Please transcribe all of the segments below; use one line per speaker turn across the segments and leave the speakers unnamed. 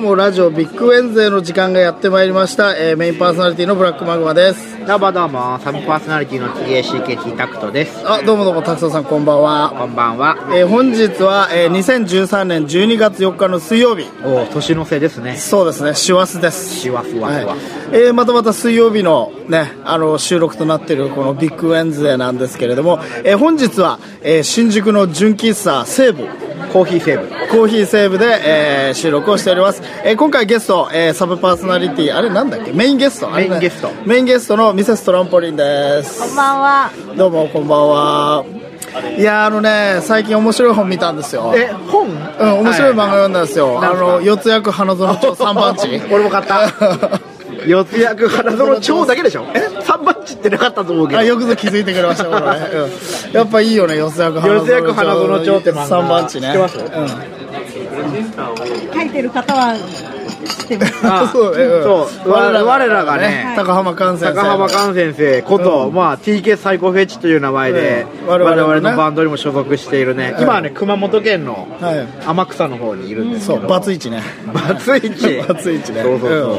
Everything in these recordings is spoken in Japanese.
もラジオビッグウェンズデーの時間がやってまいりました、えーメインパーソナリティのブラックマグマです
どうもどうも、サブパーソナリティの TACKT タクトです。
あどうもどうも拓斗さんこんばんは、
こんばんは。
えー本日は、えー2013年12月4日の水曜日
おお、年の瀬ですね。
そうですね師走です
シワスワ
はい
スワ。
えーまたまた水曜日の,、ね、あの収録となっているこのビッグウェンズデーなんですけれども、えー本日は、えー新宿の純喫茶西武
コーヒーセーブ。
コーヒーセーブで、えー収録をしております、えー今回ゲスト、えーサブパーソナリティあれなんだっけメインゲストあれね
メインゲスト
メインゲストのミセストランポリンです
こんばんは。
どうもこんばんはいやーあのね最近面白い本見たんですよ
え、本
うん、面白い漫画
は
読んだんですよ、
なん
あ
すか
の四谷区花園町3番地
俺も買ったい四谷区花園町だけでしょえ、三番地ってなかったと思うけど。
あよくぞ気づいてくれました、これ ねうんやっぱいいよね、四谷区花園
四谷区花園町って漫画
3番地ね。
知ってます
うん
書いてる方は知ってます。
あ
そうねうん
そう我ら我らがね
高浜寛先生。
高浜寛先生こと、まあ、TK サイコフェチという名前で、
うん我
我
々のね
々のバンドにも所属しているね、今はね熊本県の
はい
天草の方にいるんですけ
そ
ど、
う、バツイチね。
バツイチ
バツイチね
そうそうそう、
うん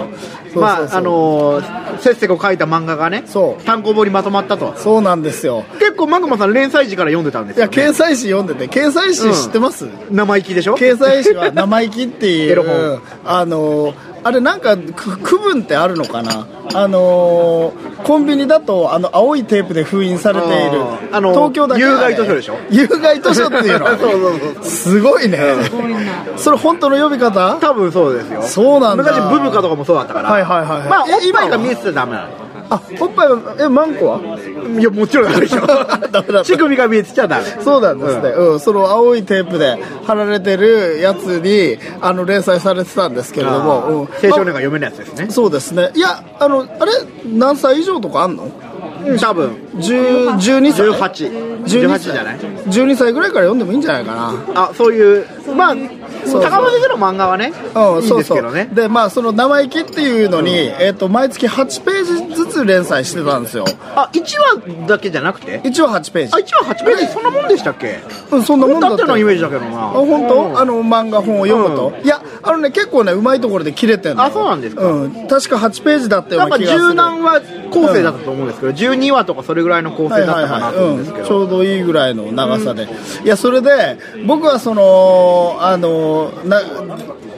ま
そうそう
あ
そう
あのーせっせこ書いた漫画がね
そう
単行本にまとまったと
そうなんですよ。
結構マグマさん連載時から読んでたんで
い
すよ、
や、
ね、
掲載誌読んでて、掲載誌知ってます、
生意気でしょ
掲載誌は生意気ってい
エ
う、
ロ本
あのあれなんかく区分ってあるのかなあのコンビニだとあの青いテープで封印されている
あーあの
東京だけあれ
有害図書でしょ
有害図書っていう
そうそう
のすごいね
ごいな。
それ本当の呼び方
多分そうですよ
そうなんだ
昔ブブカとかもそうだったから
はいはいはいはい
まあお
え
っぱい
今は
が見えてたらダメなの
あおっぱいはえマンコはい
やもちろん ダメでし
ダ
ょ
メだった
乳首が見えてちゃダメ
そうなんですね、うんその青いテープで貼られてるやつにあの連載されてたんですけれど
あ
も、うん
ー青少年が読めないやつですね
そうですねいやあのあれ何歳以上とかあんの
多分
10 12歳
18 18じゃない
12歳ぐらいから読んでもいいんじゃないかな
あそういうまあ
そう
高松先生の漫画はね
うん、
いいんですけど
そう
ね
そうでまあその生意気っていうのに、えっと毎月8ページずつ連載してたんですよ
あ1話だけじゃなくて
一応8ペー
あ
ジ
1話8ページそんなもんでしたっけ
うんそんなもんだ
だ
っ
ったて
よ
のイメージだけど
あ
な
本当、
うん
あの漫画本を読むと、
う
いやあのね結構ねうまいところで切れてんのよ
あそうなんですか
うん、確か8ページだったよ
な
うんな
か
気がする
柔軟は構成だったと思うんですけど12話とかそれぐらいの構
は
成
い
だ
はい
ったかな
はい
と思うん
う
ですけ
ん、ち
ど
ょうどいいぐらいの長さで、いやそれで僕はそのあのな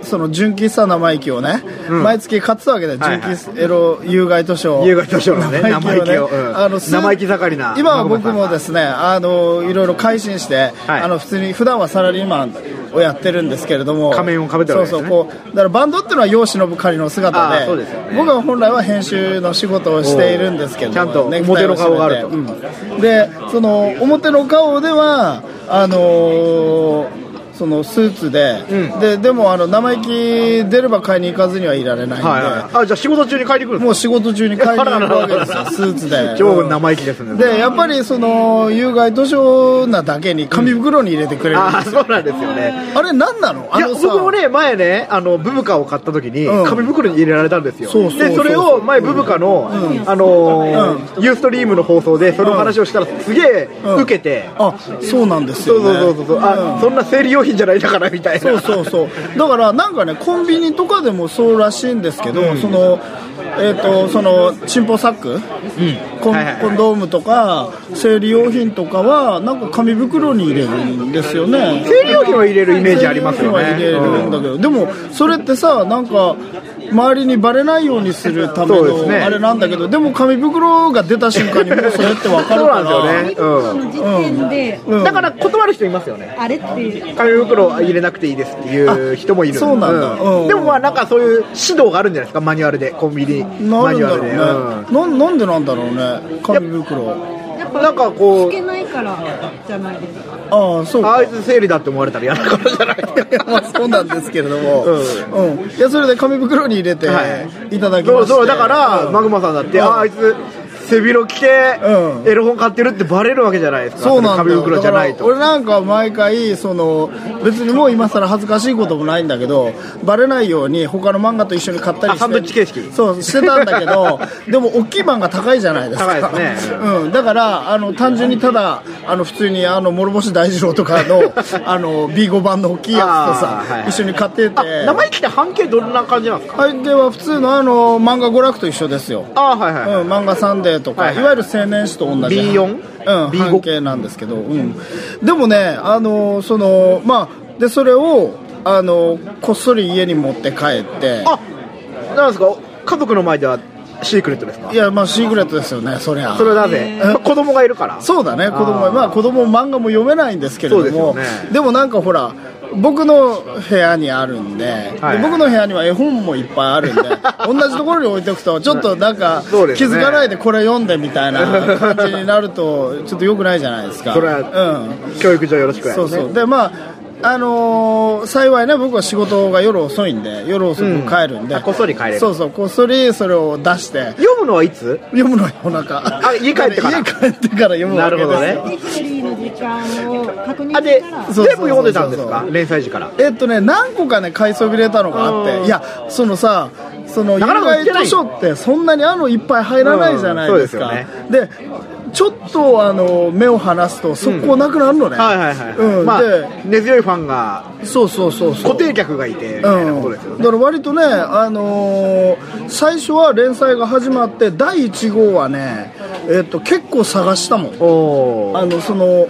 その純喫茶生意気をね、毎月買ってたわけで
はい
純喫茶エロ有害図書
有害図書のね
ね
生意気をうん
あのす
生意気盛りな
今は僕
孫さ
も
んが
ですねあのいろいろ改心して、
はい
あの普通に普段はサラリーマンをやってるんですけれども
仮面をかぶってるわけですね
そうそうこうだからバンドっていうのは世を忍ぶ仮の姿
あ
で
ーそうですよね
僕は本来は編集の仕事をしているんですけれども
ちゃんと
ネクタイを締めて
表の顔があると
うんでその表の顔ではあのーそのスーツで、
うん
ででもあの生意気出れば買いに行かずにはいられないんで、
はいはいあじゃあ仕事中に帰ってくる
も
の
う仕事中に買いに行くわけです
あらら
よスーツで
超生意気ですね
でやっぱりその有害図書なだけに紙袋に入れてくれる、
あそうなんですよね
あれ何なのあ
いや
のさ
僕もね前ねあのブブカを買った時に
うん
紙袋に入れられたんですよ
そうそうそう
でそれを前ブブカのあのーユーストリームの放送でその話をしたらすげえ
うん
受けて
あそうなんです
そ
よ、
う
ね、
そうそうそうあそんな生理用品じゃないだからみたいな
そうそうそうだからなんかねコンビニとかでもそうらしいんですけど、そのえっ、とそのチンポサック、コン
はいはいはい
コンドームとか生理用品とかはなんか紙袋に入れるんですよね
生理用品は入れるイメージありますよね
生理用品は入れるんだけど、でもそれってさなんか周りにバレないようにするため
そうで
の
すね
あれなんだけどで,、も紙袋が出た瞬間にもうそれってわかるから
そうなんですよね
その時点で、
うん
だから断る人いますよね
あれって、
紙袋は入れなくていいですっていう人もいる
そうなんだうん
でもまあなんかそういう指導があるんじゃないですかマニュアルでコンビニ
な
マ
るん
ニュ
だ
ア
ろ
ル
う
で、
ね、
うん
なんなんでなんだろうね紙袋
やっぱ、
なんかこ
つ
う
けないからじゃないですか。
ああそうか
あいつ生理だって思われたら嫌だからじゃないですか
まあそうなんですけれども、う
うん
いやそれで紙袋に入れて
はい
ただきまして、
そうそうだから、
うん
マグマさんだって、
うん
ああいつ背広着て、
うん
エロ本買ってるってバレるわけじゃないですか
そうなんだ
紙
よ
袋じゃないと
だから俺なんか毎回その別にもう今更恥ずかしいこともないんだけどバレないように他の漫画と一緒に買ったりし
あ
て
サンドイッチ形式
そうしてたんだけ どでも大きい漫画高いじゃないですか
高いですね
うん、だからあの単純にただあの普通にあの諸星大二郎とかのあの B5 版の大きいやつとさ
あーはいはい
一緒に買ってて
あ生意気って半径どんな感じなんですか
相手は普通のあの漫画娯楽と一緒ですよ
あはいはい、
うん、漫画サンデーとか、
はいいはい
わゆる青年誌と同じ
B4？
うん、
B5？
半径なんですけど、うん、でもねあのそのまあでそれをあのこっそり家に持って帰って
あなんですか家族の前ではシークレットですか
いやまあシークレットですよねそりゃ
それはなぜ、子供がいるから
そうだね子供
あー
まあ子供も漫画も読めないんですけれども
そうですよね
でもなんかほら僕の部屋にあるんで,で、
はい
僕の部屋には絵本もいっぱいあるん で同じところに置いておくとちょっとなんか
そうです
気
ね
づかないでこれ読んでみたいな 感じになるとちょっと良くないじゃないですか
それは
うん、
教育上よろしくや
そうそうでまああのー幸いね僕は仕事が夜遅いんで夜遅く帰るんで、
うんあこっそり帰れる
そうそうこっそりそれを出して
読むのはいつ
読むのは夜中
あ家帰ってか ら
家帰ってから読むわけですよ
なるほどね
で、ヒロリーの時間を確
あ
認し
で
たら、
そう
全部読んでたんです
そうそう
か連載時から
えっとね何個かね買いそびれたのがあって
うん
いやそのさその有
なかなか売
害
ってない
図書ってそんなにあのいっぱい入らないじゃないですか、
うん
でちょっとあの目を離すと速攻なくなるのね、
はいはいはい、
うん
ま
で
あ根強いファンが
そうそうそうそう
固定客がいてみたいなことですよ
うん、だ
ね、
から割とね、あのー最初は連載が始まって第1号はね、えっと結構探したもん
おお
あのその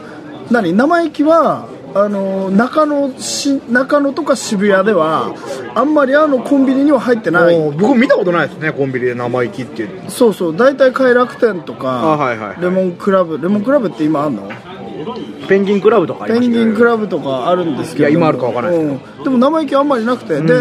何生意気はあの中野し中野とか渋谷ではあんまりあのコンビニには入ってない
おー僕見たことないですねコンビニで生意気っていう
そうそう大体快楽天とか、
あはいはいはい
レモンクラブレモンクラブって今あんの
ペンギンクラブとかあり
ペ
まし
ン
た
ギ
よ
ン
ね
クラブとかあるんですけど
いや今あるかわからないで
うんでも生意気あんまりなくて、で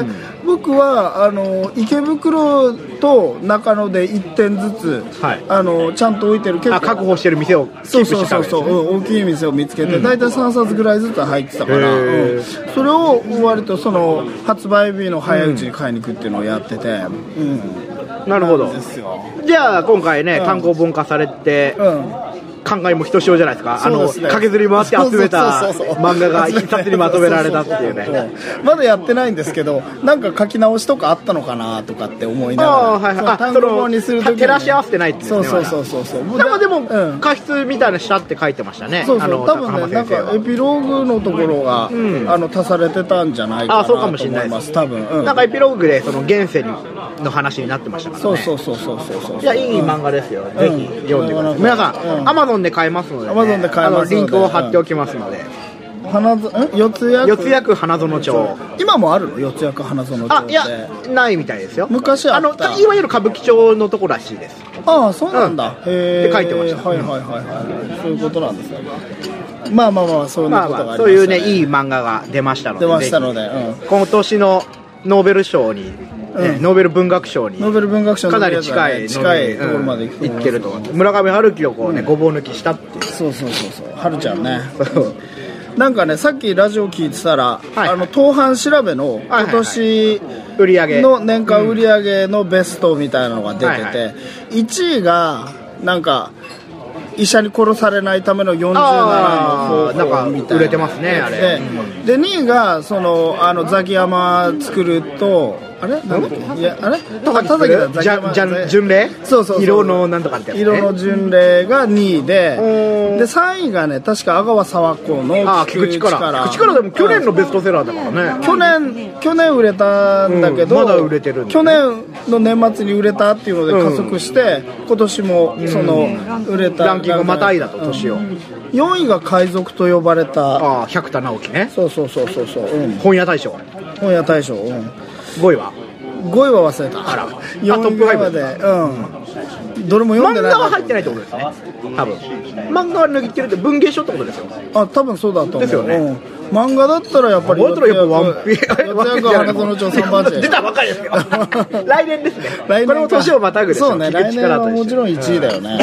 僕はあの池袋と中野で1点ずつ、
はい
あのちゃんと置いてる結
あ確保してる店をキ
そ
ー
う
プし
そう
てた
そ
ん
う
ですね
そう、うん、大きい店を見つけて、大体3冊ぐらいずつ入ってたから、
へー
うんそれを割とその発売日の早いうちに買いに行くっていうのをやってて、うん
なるほど
ですよ、
じゃあ今回ね、
うん
単行本化されて、
うん、
考えもひとしおじゃないですかあ
そう
の
ですね
駆けずり回って集めた
そうそうそうそう
漫画が一冊にまとめられたっていう
そうそう
ね
そうそうまだやってないんですけどなんか書き直しとかあったのかなとかって思いながら
ああはいはい
そ
あ
の単語本にするとき
その照らし合わせてないっていうね
そうそうそうそうそう
なんかでも、
うん
過失みたいなしたって書いてましたね
そう
あ
そ
の
う多分ね
高浜
なん
先生
かエ
は
ピローグのところが、
ん
あの足されてたんじゃないかな
あ
と
そう
思
か
います
もしれないです
多分、うん
なんかエピローグでその現世の話になってましたからね
そうそうそうそうそうそう
いやいい漫画ですよ、ぜひ読んでください、
うん
皆さん、
うん
Amazon で買えますので、ね、
Amazon で買えますので
あのリンクを貼っておきますので、
花ぞん四ツ谷
四谷区花園町
今もあるの四ツ谷区花園町
あ
って
いやないみたいですよ
昔あ
あ
った
のたいわゆる歌舞伎町のとこらしいです
ああそうなんだ、
うん
へえ
って書いてました
はいはいはいはいそういうことなんですよまあまあまあそんな
まあ
ことが
ま
ありました、
あそういうねいい漫画が出ましたので
出ましたので、
ぜ
うん
ひ今年のノーベル賞に、ね
うん
ノーベル文学賞に
ノーベル文学賞の
かなり近い
近い
ノーベル
ところまで行くと思います
うん行ってると思う村上春樹をこうね、ごぼう抜きしたってい う
そうそうそうそうはるちゃんねなんかねさっきラジオ聞いてたら、
はい
あの当番調べの
は
今
い
年
売り上げ
の年間売り上げのベストみたいなのが出てて、
はいは
1位がなんか医者に殺されないための47の
あ
方
ー
法みたいな
なんか売れてますねあれ
でで2位がそのあのザキヤマ作るとあれなんだっけいやあれあ田崎だザキ
じ
ヤマ
ゃじゃん巡礼
そうそうそう
色のなんとかってやつね
色の巡礼が2位で
うん
で3位がね確か阿川沢子の
ああ聞く力聞く力でも去年のベストセラーだからね
去年去年売れたんだけど、
うんまだ売れてるんだね
去年の年末に売れたっていうので加速して、今年もその、売れた
ランキングまたいだと
うん
年を、
4位が海賊と呼ばれた
ああ百田直樹ね
そうそうそうそうそう、うん、
本屋大賞
本屋大賞、うん、
5位は
5位は忘れた
あらあト
4
ッ
位
プ
ぐらい
5
までうんどれも読んで
漫
ない
画は入ってないってことですね多分漫画は抜きってるって文芸書ってことですよ
あ多分そうだと思う
ですよね
うん漫画だったらやっぱり
俺とやっぱワンピ
四谷区花園町三番地
出たばか りですよ来年ですね
来年
こ
か
れも年をまたぐですよ
そうね
聞く
来年は
力と一緒
もちろん1位だよね、うん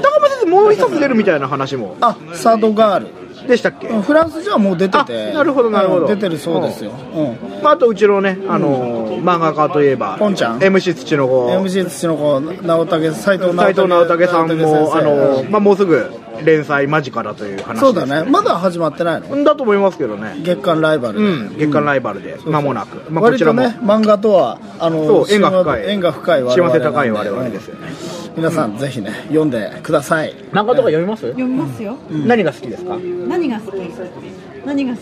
高松先生もう一冊出るみたいな話も
あサードガール
でしたっけ、
うんフランスじゃもう出てて
あなるほどなるほど
うん出てるそうですよ、うん
まあ、あとうちのね、あのー漫画家といえば
ポンちゃん
MC 土の子
MC 土の子直武斎藤
斉藤直武さんも、あ
先生
の
う
ーまあ、もうすぐ連載間近だという話
んそうだねまだ始まってないの
ねだと思いますけどね、
月刊ライバル
う
で、
ん、月刊ライバルで間もなく、まあ、こ
割
ちら
と
も、
ね漫画とはあ
そ
の
う縁が深い
縁が深い我々
幸
なん
せ
で
高い我々ですよね、
皆さん、ぜひね読んでください
漫画とか読みます
読みますよ。
何が好きですか、
何が好き？何が好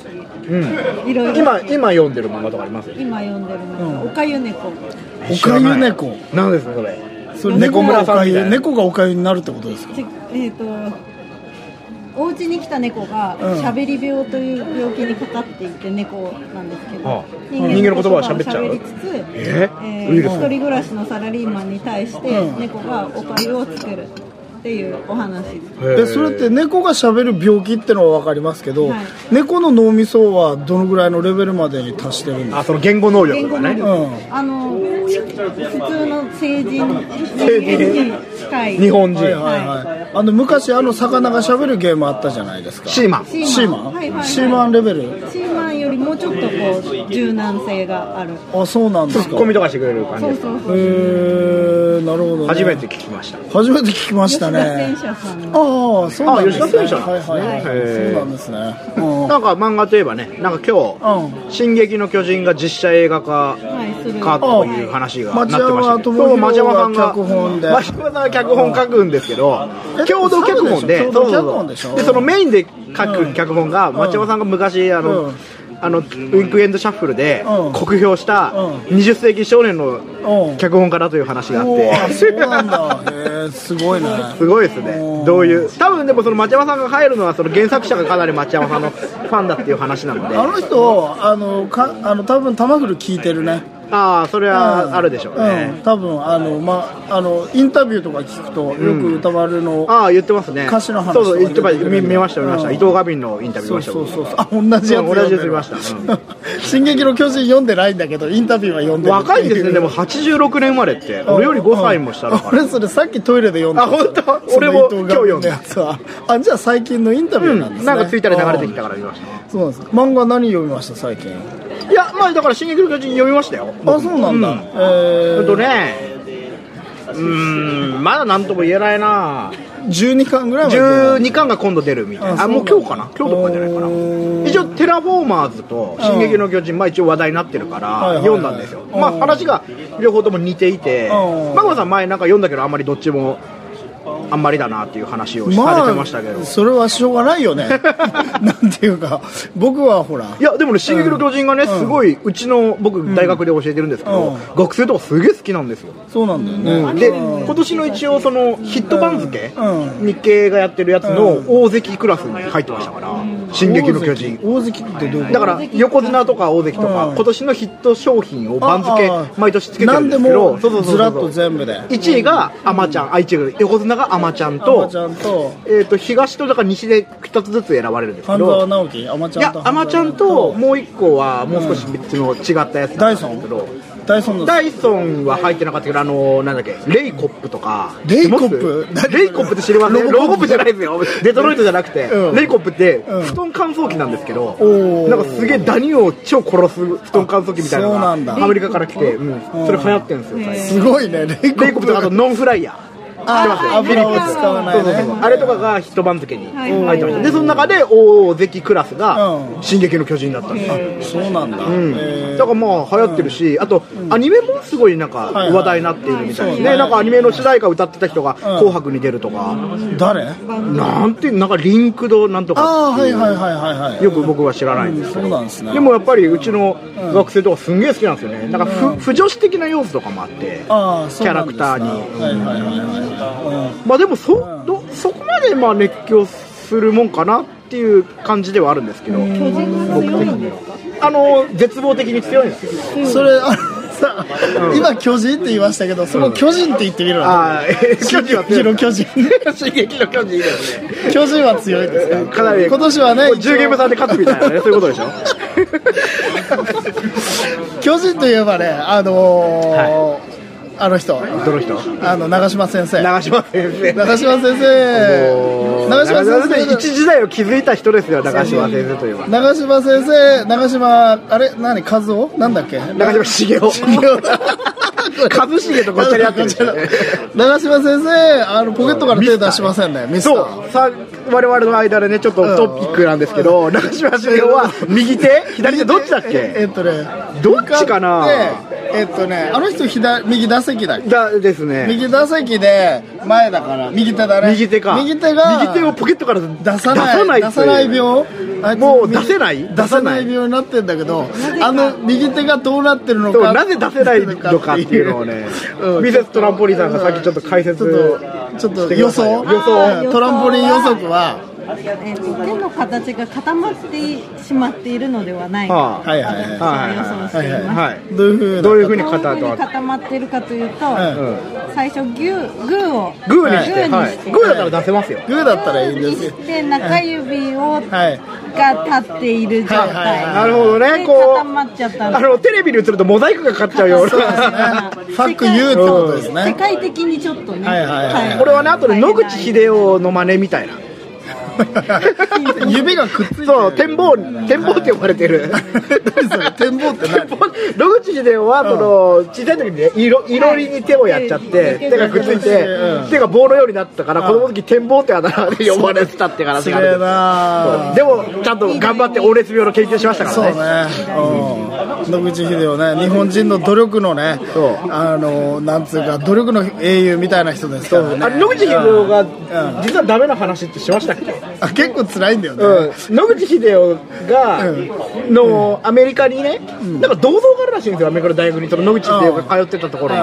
き？いろいろ。
今今読んでる漫画とかあります
今読んでるのがおかゆ猫。
おかゆ猫
なんですかそれ
それ
猫村さんみたいな
猫がおかゆになるってことですか
ちえっ、とお家に来た猫が
うん
しゃべり病という病気にかかっていて猫なんですけど、
はあ人間の言葉は喋っちゃう
喋りつつ、
え
えー
ウイルス
一人暮らしのサラリーマンに対して猫がおかゆを作るっていうお話
えそれって猫が喋る病気ってのは分かりますけど、
はい
猫の脳みそはどのぐらいのレベルまでに達してるんです
あ
か
その言語能力
言語
が
の、
ね
うん
あのち普通の成人人間に近い
日本人、
はいはいはい、あの昔あの魚が喋るゲームあったじゃないですか
シーマン
シーマン
シーマン、
はいはいはい
シーマンレベル
シーマンよりもうちょっとこう柔軟性がある
あそうなんです
ツ
か
ッコミとかしてくれる感じ
そ
で
う
すか
そう
え
そう
ー、なるほど、ね、
初めて聞きました
初めて聞きまし
吉
た
田
ね
戦車さんの
ああそうなんですね
あ吉田戦車
はいはいはい、
へー
そうなんですね、うん
なんか漫画といえばねなんか今日「
う
進撃の巨人」が実写映画化
はいする
かという話がなってましたけ
町山
どそ
智
う町
博
山
が
さんが
脚本で
町山さんが脚本書くんですけど
え
共同脚本
そうでしょ
で
共同
そうそうそう
脚本でしょ
そのメインで書
う
く
ん
脚本が町山さんが昔あ
う
の
ん
あのウィンクエンドシャッフルで
うん
酷評した
うん
20世紀少年の
うん
脚本家だという話があっ
おー
て
あそうなんだへーすごい ね
すごいですね、どういう、多分でもその町山さんが入るのは、その原作者がかなり町山さんのファンだっていう話なので、
あの人あのかあの多分玉古聞いてるね
ああ、それはあるでしょう
うん、
ね、
多分あの、まあ、あのインタビューとか聞くと、よく歌丸の
ああ、言ってますね、
歌詞の話
そうそう、言ってま
とか出てくる
見見ました、見ました、
うん
伊藤ガビンのインタビュー
そ
見
う
ました、
そうそうそうあ同じやつ
うん同じやつ見ましたう
進撃の巨人読んでないんだけどインタビューは読んでる
若いですね、でも86年生まれって、俺より5歳も下だから。
俺それさっきトイレで読んだ
あ本当
その
俺も
伊藤が
今日読んだ
やつはあじゃあ最近のインタビューなんですね、
なんかツイッターで流れてきた
あ
から見ました
ーそうなんです漫画何読みました最近
いやまあだから「進撃の巨人」読みましたよ
あそうなんだ、
う
え
え
ー
っとねうーんまだ何とも言えないな
12巻ぐらいまで
12巻が今度出るみたいな
あ
あもう
そう
今
なんだ
日かな今日とかじゃないかな
おー
一応「テラフォーマーズ」と「進撃の巨人」まあ一応話題になってるか
はいはい
ら
はい
読んだんですよまあ
うん
話が両方とも似ていて
うん
マコさん前なんか読んだけどあんまりどっちもあんまりだなっていう話をされてましたけど
それはしょうがないよ ねなんていうか僕はほら
いやでもね「進撃の巨人」がね
うん
すごいうちの僕大学で教えてるんですけど
う
学生とかすげえ好きなんですよ
そうなんだよね、
で今年の一応そのヒット番付、
う
日経がやってるやつ
う
の
ん
大関クラスに入ってましたから「進撃の巨人」
大関大関ってどういうこと
だから横綱とか大関とか、
うん
今年のヒット商品を番付
ああ
毎年つけてるんですけ
な
ど
んでもずらっと
そうそうそう
全部で
1位がアマちゃん、あ1位が横綱がアマちゃん
アマ
と
ちゃんと
えー、と東とだから西で2つずつ選ばれるんですけ
半沢
ど
直樹アマち
い
ゃん
や
と
アマちゃんともう1個はもう少し別の違ったやつ
ダ
だ
イ
っ
ソ
たんですけど、
ンダイソンの
ダイソンは入ってなかったけど、あのなんだっけ、レイコップとか、
レイコップ
知ってますレイコップって知りません、
ロボコップ
ロボコップじゃないですよ、デトロイトじゃなくて、
うん
レイコップって、
うん
布団乾燥機なんですけど、
おー
なんかすげえダニを超殺す布団乾燥機みたいな
そうなん
の
だ
が、アメリカから来て、うんそれ流行ってるんですよ、最近
すごいねレイコップ
レイコップとかあとノンフライヤー。
あ油を使わない
そうそうそう
ね
あれとかが一番付けに
は
入
いは
っ
い
てましたでその中で大関クラスが
う
「
ん
進撃の巨人」だったんですよ
そうなんだ
だからまあ流行ってるし、あと、アニメもすごいなんか
はいはい
話題になっているみたいですね、
はい
なんかアニメの主題歌歌ってた人が「紅白」に出るとか、
誰
なんてなんかリンクドなんと
あ
か
あはいはいはいはいはい
よく僕は知らないんですけ
そう
ど、
なんですね
でもやっぱりうちの学生とかすんげえ好きなんですよねなんか不,、不女子的な要素とかもあって
ああそう
キャ
な
ラ
んで
ク
すか
ターに
はいはいはいはいうん
まあでもそ,ど、そこまでまあ熱狂するもんかなっていう感じではあるんですけど、
巨人が強いんですか
あの絶望的に強いんですよ
それあのさ今巨人って言いましたけどその巨人って言ってみるな
ああ、 えー巨人は強い
の巨人
進撃の巨人いいですね。
巨 人は強いですから
かな り
今年はね
10ゲーム差で勝つみたいなね、そういうことでしょ。
巨人といえばね、あのーあの人
どの人
あの長嶋先生
長島先生
長嶋先生長嶋
長島先生
先生
一時代を築いた人ですよ長島先生といえば
長嶋先生長嶋あれ何和夫なんだっけ
長島茂雄一茂とごっちゃに合ってるんですよね
長嶋先生あのポケットから手出しませんねミスター
そうさ我々の間でねちょっとトピックなんですけど長島茂雄は右手左手どっちだっ
え
け
えっとね
どっちかな
でえっとねあの人左右打席だっけ
だですね
右打席で前だから右手だね
右手か
右手が
右手をポケットから出
出さない
とう
出さない病あいつ
もう出せない
出さない病になってんだけどあの右手がどうなってるの
でも
か
なぜ出せないのかっていうのをね
うん
ミセストランポリンさんがさっきちょっと解説
ちょっとちょっと予想
予想
うんトランポリン予測は
えっと手の形が固まってしまっているのではないか、
は
はいはいはい
私は予想しています、
いはい
どういうふうな
どういうふうに
どういう
肩
ふう
と
に固まってるかというと、
うん
最初ギュグーを
グーにして、
グー
は
に
い、
して
グーだったら出せますよ
グーだったらいいん
グー
で
に
すよ
して中指 を、
はい
が立っている状態、
はいはい
なるほどね
で
こ
固ま
う
っちゃった
あ
んです
のテレビに映るとモザイクがかかっちゃうような
ねファックユーってことですね
世界的にちょっとね。
はいはいはい
これはねあとね野口
雄。
英世の真似みたいな
指がくっついてる
そう展望展望って呼ばれて る
何それ展望って何
展望野口英世はその小さい時にねいろいろりに手をやっちゃって
はい
手がくっついて
うん
手が棒のようになったから子供の時展望ってあだ名で呼ばれてたっ
す
て話
げ
がある
えな
でもちゃんと頑張って黄熱病の研究しましたか
そう
ら
ね
ね
うん野口英世ね日本人の努力のね
そう
あのなんつうか努力の英雄みたいな人ですからね
あれ野口英世が
ん
実はダメな話ってしましたっけ
あ結構辛いんだよね、
うん、野口英世が、のアメリカにね、なんか銅像があるらしいんですよ、アメリカの大学に、その野口英世が通ってたところに、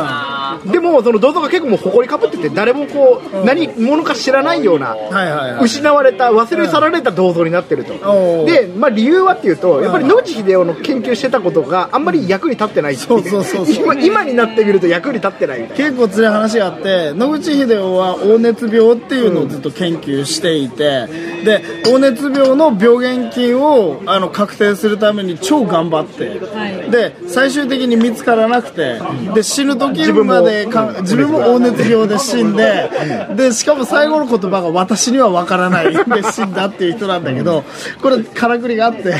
でも、その銅像が結構もう埃かぶってて、誰もこう、何者か知らないような、
はいはいはい
失われた、忘れ去られた銅像になってると、
おー
で、まあ、理由はっていうと、やっぱり野口英世の研究してたことがあんまり役に立ってないっていう
そうそうそうそう
今、今になってみると役に立ってないみたいな。
結構辛い話があって野口英世は黄熱病っていうのをずっと研究していて、で黄熱病の病原菌をあの確定するために超頑張って、
はい
で最終的に見つからなくてで死ぬ時までか自分も黄熱病で死んででしかも最後の言葉が私には分からない で死んだっていう人なんだけどこれからくりがあって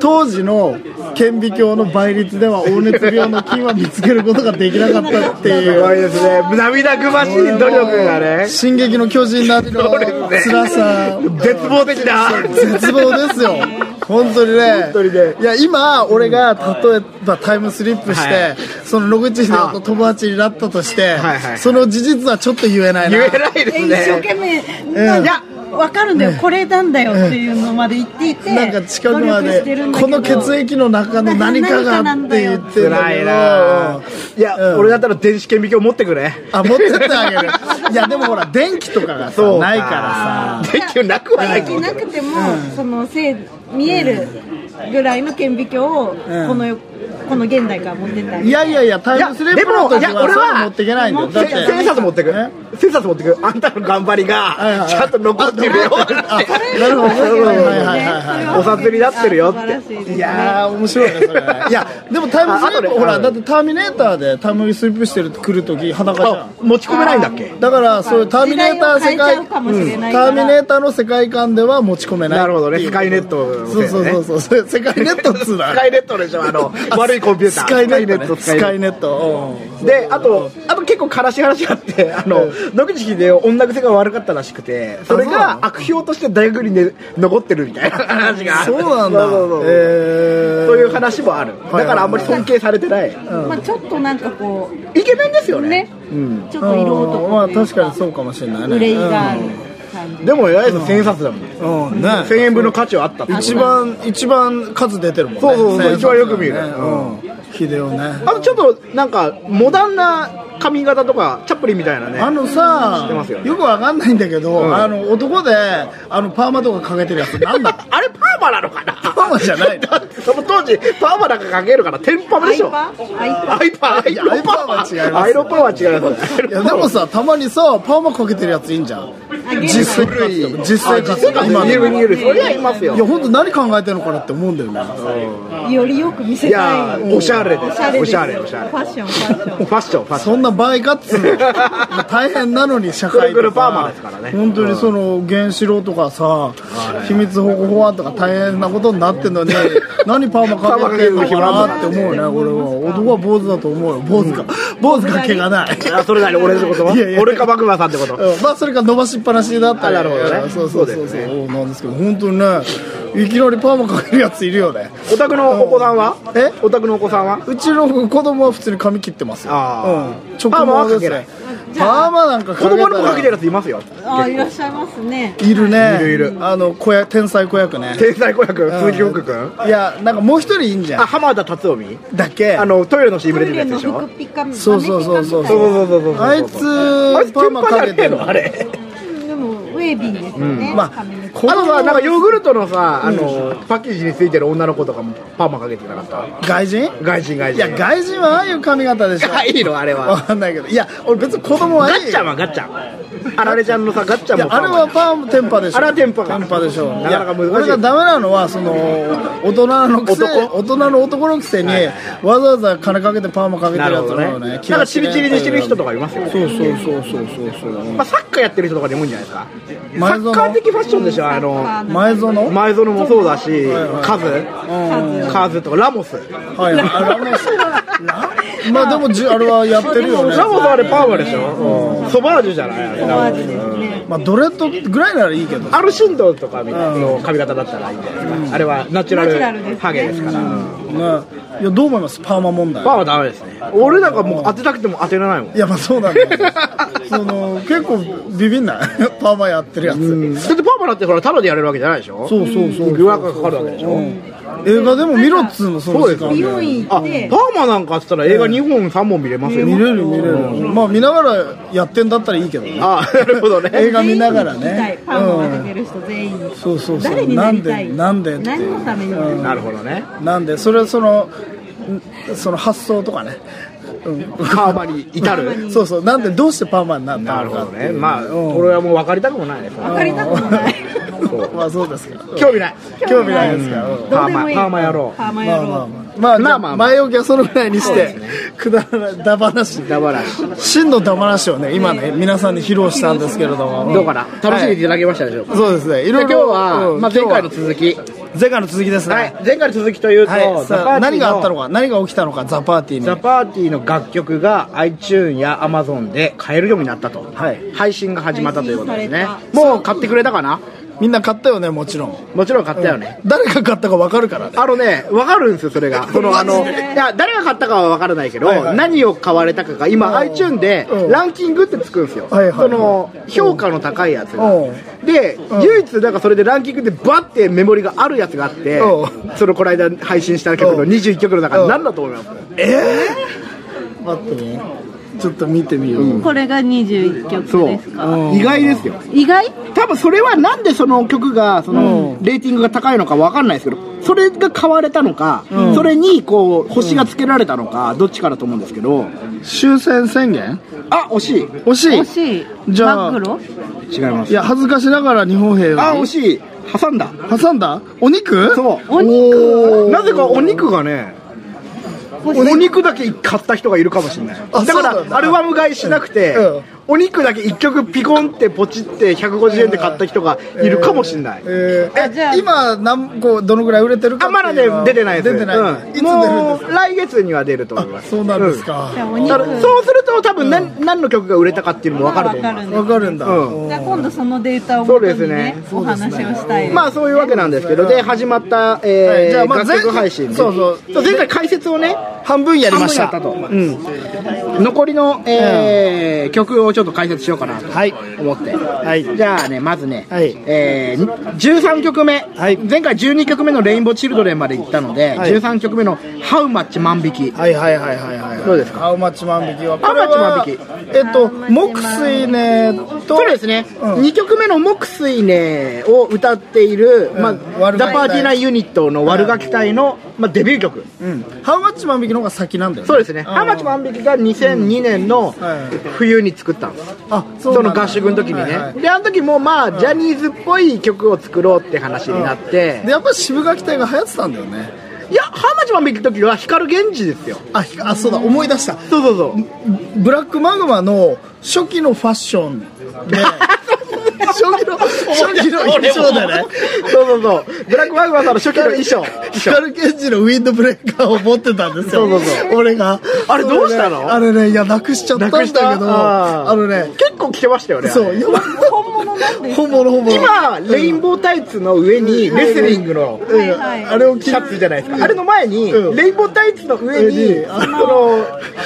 当時の顕微鏡の倍率では黄熱病の菌は見つけることができなかったっていう
すごいですね涙ぐましい努力がね
進撃の巨人なりの
そうですね
辛さ、
絶望的な
絶望ですよ。本当にね。
本当にね
いや、今、俺が、例えばタイムスリップして、
はい
その野口英世と友達になったとして、
はいはい
その事実はちょっと言えないな。
言えないです
一
ね
生懸命、なんかわかるんだよ、これなんだよっていうのまで言っていて。
なんか近くま
努力してる
で
ん、だけ
こ
ど
の血。液の中の何かがって言ってるんだ
辛
け
い
ど
なぁいや、
うん
俺だったら電子顕微鏡持ってくれ
あ、持ってってあげる。 いや、でもほら、電気とかがさ、ないからさ。
電球なくはない
で
け
き
ど
なくても、そのせい、見えるぐらいの顕微鏡を、この、この現代から持ってった
いやいやいや、タイムスリップの時
いやでもいや
は
俺
そ
は
れ持っていけないんだよ。だっ
せ
て
千円札持ってく
え
千円札持ってくあんたの頑張り
はいは
が
い
ちゃんと残ってるよって
なるほど、なるほど。はいはいはいはい。
お札になってるよって
素晴らしいですね
いやー、面白いね、それね。いや、でもタイムスリ
ああと
ッ
ね
プ、ほら、
うん
だってターミネーターでタイムスリップしてる来るとき、裸じゃ
あ
ん。
持ち込めないんだっけ
だから、そういうターミネーター世
時代を
界、う
変えちゃうんか
タ
もしれないから
ーミネーターの世界観では持ち込めない。
なるほどねスカイネットの
そう
せい
そう
でね
そうそう、それ世界ネットっつうな。
スカイネットでしょあの悪いコンピュータ
ス
ー
カイネットね、ス
スカイネット
カイネット。うん
であとあと結構悲しい話があってあの野口英世女癖が悪かったらしくてそれ
そうなの
が悪評として大学に、ね、残ってるみたいな 話があ
そ
る
うなんだ。
そうそうそう
え
そういう話もあるだからあんまり尊敬されてない
まあ、ちょっとなんかこう。
イケメンですよね
ね、ちょっと色
ー
男
まあ
という
確かにそうかもしれないね。
憂いがある感じ、
でも偉いです千円札だもん
うん。うん、ね。
千円分の価値はあったって
一番一番数出てるもんね
そうそうそう
千円札
一番よく見る
ねうん秀夫ね
あとちょっとなんかモダンな髪型とかチャップリンみたいな
あ
ね
のさ
てますよね
よくわかんないんだけど、
うん
あの男であのパーマとかかけてるやつなん だ
あれパーマなのかな パ
ーマじゃないの
だってその当時パーマなんかかけるからテンパムでしょ
アイパアイパ
アイパーアイロンパー
いやアイパーは違います
アイロンパーは違います
いやでもさたまにさパーマかけてるやついいんじゃん
あ現
実際
代
活動実際活動今の
いるいるそりゃいますよ
いや本当何考えてるのかなって思うんだよね
よりよく見せ
い
たい
やーおしゃゃれです
おしゃれです
おしゃれおしゃれ
ファッションファッション
ファッションファッション
そんな倍ガッツ の大変なのに社会とか
くるくるパーマですからね
本当にその原子炉とかさ秘密保護法案とか大変なことになってん のに何パーマかけてんのかなって思うねこれは男は坊主だと思うよ坊主か坊主か毛がない
あそれなり俺ってこと
いやいや
俺かバクマさんってこと
うんまあそれか伸ばしっぱなしだったり
あなるほどね
そうそうそう
そう
そうなんですけど本当にねいきなりパーマかけるやついるよね
お宅のお子さんは
え
お宅のお子さんは
うちの子供は普通に髪切ってますよ
あー
うん
パーマは
直毛です
か
ねパーマなんか
子
かけたら
供にもかけてるやついますよ
あーいらっしゃいますね
いるね
いるいる
あの子役天才子役ね
天才子役
うん
鈴木福君
いやなんかもう一人いいんじゃ
あ
ん
浜田辰臣
だっけ
あのトイレのシー
ト
ムレ
イ
てるや
レ
つで
の
しょ
服ピッカピカ
そうそうそうそう
豆ピ
そ
カ
う
みたい
そうそうそうそう
あいつ
あいつ
パーマかけて
ん
る
のあれ
なでもウェービーですよね、
まあ
髪の毛
こ
あとさ
の
なんかヨーグルトのさあのパッケージについてる女の子とかもパーマかけてなかった
外人
外人外
い
人
や外人はああいう髪型でしょ
あいいのあれ
わ
は
かんないけどいや俺別に子供は
ガ
いい
ッチャンはガッチャンあられちゃんのさガッチャ
い
ン
や
もパ
あ
ー
れ
マ
はパーマテンパでしょ
あれはテンパか
テンパでしょ
なかなか難しい
俺がダメなのは その大人のくせ
男
大人の男のくせに
はい
わざわざ金かけてパーマかけて
な
るや
るほ
つ
ど
なのね
ねなんかチリチリにしてる人とかいますよね
そうそうそうそうそうそう
まあ、サッカーやってる人とかでもいいんじゃないですか
前
サ
園
ッカー的ファッションでしょあの
前園はい
前園もそうだし
はい
カズカズとかラモス
はいあラモスラまあでもじあれはやってるよね
ラモスあれパーマでしょうんソバージュじゃないあれ
お味ですね
まあドレッドぐらいならいいけど
アルシンドとかみたいなの髪型だったらいいんじゃないですかあれはナチュラ
ナチュラルです
ル
ね
ハゲですから
ねいやどう思いますパーマ問題
パーマダメですね俺なんかもう当てたくても当てられないもん
いやまあそうなんだよねその結構ビビんないパーマやってるやつ
だってパーマだってほらタダでやれるわけじゃないでしょ
そうそうそう
予約がかかるわけでしょ
映画でも見ろっつうのその時間
美
で
容院行
あパ
っ
ー
て
マなんかっつったら映画2本3本見れますよ
見れる見れるまあ見ながらやってんだったらいいけどね
あ なるほどね
映画見ながらね
全員行きたいパンをかけてる人全員、
そうそうそう
誰になりたい
なんでなんでって
何のために、
なるほどね
なんでそれそのんその発想とかね
パーマに至る
そうそうなんでどうしてパーマになった
な
の
る
か
ほ
っ
ど
て
ね。
いう
まあ、
うん
俺はもう分かりたくもないね。
分かりたくもない
まあそうですけど
興味ない。
興味ないですからうん
どうでもいい
パーマやろう
パーマ
ま
や
あ
ろう、
まあまあま
ま
あ
あ
ま
ま
あ
あ
前置きはそのぐらいにしてくだらないダバなし
ダバラシ。
真のダバなしをね今ね皆さんに披露したんですけれども
どうかな楽しんでいただけましたでしょうか。
そうですねい
で
ろい
今
ろ
日は、
うん
まあ、前回の続き。
前回の続きですね
はい。前回の続きというと、
はい、
ザ
さ
パ
あ
ーティー
何があったのか何が起きたのかザ・パーティーに
ザ・パーティーの楽曲が iTune や Amazon で買えるようになったと、
はい
配信が始まったということですね
配信された
もう買ってくれたかな
みんな買ったよねもちろん
もちろん買ったよね、
誰が買ったか分かるからね
あのね分かるんですよそ れがそのあのいや誰が買ったかは分からないけど、
はいはい
何を買われたかが今 iTune で
うん
ランキングってつくんですよ、
はいはい
その評価の高いやつが、
うん
で、唯一なんかそれでランキングでバッてメモリがあるやつがあって、
うん
そのこの間配信した曲の
うん
21曲の中
うん
で何だと思います、
待ってねちょっと見てみよう、
これが21曲
そう
ですか
意外ですよ
意外
多分それはなんでその曲がそのレーティングが高いのかわかんないですけどそれが買われたのか、それにこう星がつけられたのかどっちかだと思うんですけど
終戦宣言
あ惜しい
惜しい
惜しい
じゃあ
真っ黒
違います
いや恥ずかしながら日本兵
あ
が
惜しい挟んだ
挟んだお肉
そう
お肉
なぜかお肉がね
欲しい
お肉だけ買った人がいるかもしれない
あ
だ
そ
か
うなんだ
らアルバム買いしなくて、
うん
お肉だけ1曲ピコンってポチって150円で買った人がいるかもしれない、
えー
あじゃあ
え今何個どのぐらい売れてるか
あまだ
っていう
ね
のは
出てないです
出てない、
うん
いつ出るんです
も
か
う来月には出ると思います
そうなんですか
じゃあお
うん
肉
ただそうすると多分何,、何の曲が売れたかっていうのも分かると思い
わ
ま
か
す
る
わ、かるんだ、
うん
うん
じゃあ今度そのデータをもとにねお話をしたいです
まあそういうわけなんですけどで始まった、えー
はいじゃあまあ
楽曲配信ね
前そうそう
前回解説をね
半分やりました
半分やったと、うん、残りの、えー曲をちょっと解説しようかなと
はい
思って、
はい
じゃあねまずね、
はい
えー13曲目、
い
前回12曲目の「レインボーチルドレン」まで行ったので、
はい
13曲目の「ハウマッチ万引き」
はいはいはいはいはい
どうですか
ハウマッチ万引きは
ハウマッチ万引き
これはえっと木水ねと
そうですね、
うん
2曲目の「木水ね」を歌っている、
うん
まあ
悪ガキ隊
ダパーティーナイユニットの悪ガキ隊の、まあ、デビュー曲、
うんハウマッチ万引きの方が先なんだよね
そうですね
ん
「ハウマッチ万引き」が2002年の
はい
冬に作ったんです、
あそう
そ
な
の
んだ
合宿の時にね、
はいはい
であの時もまあジャニーズっぽい曲を作ろうって話になって、
でやっぱ渋垣隊が流行ってたんだよね
いや浜島見るときは光源氏ですよ
あひあそうだ思い出した
そうそう そう
ブラックマグマの初期のファッションで初期の初期の衣装だね
そうそうそうブラックマグマさんの初期の 衣装
光源氏のウィンドブレーカーを持ってたんですよ
そうそうそ
俺が
あれどうしたの
それねあれねいやなくしちゃったんだけど
あ
あのね
結構着てましたよね
そうよ
本物なんです
本物本物
今レインボータイツの上にレスリングの
はいはい
あれを着
シ
る
ャツじゃないですかあれの前に
うん
レインボータイツの上
上
に
に
あの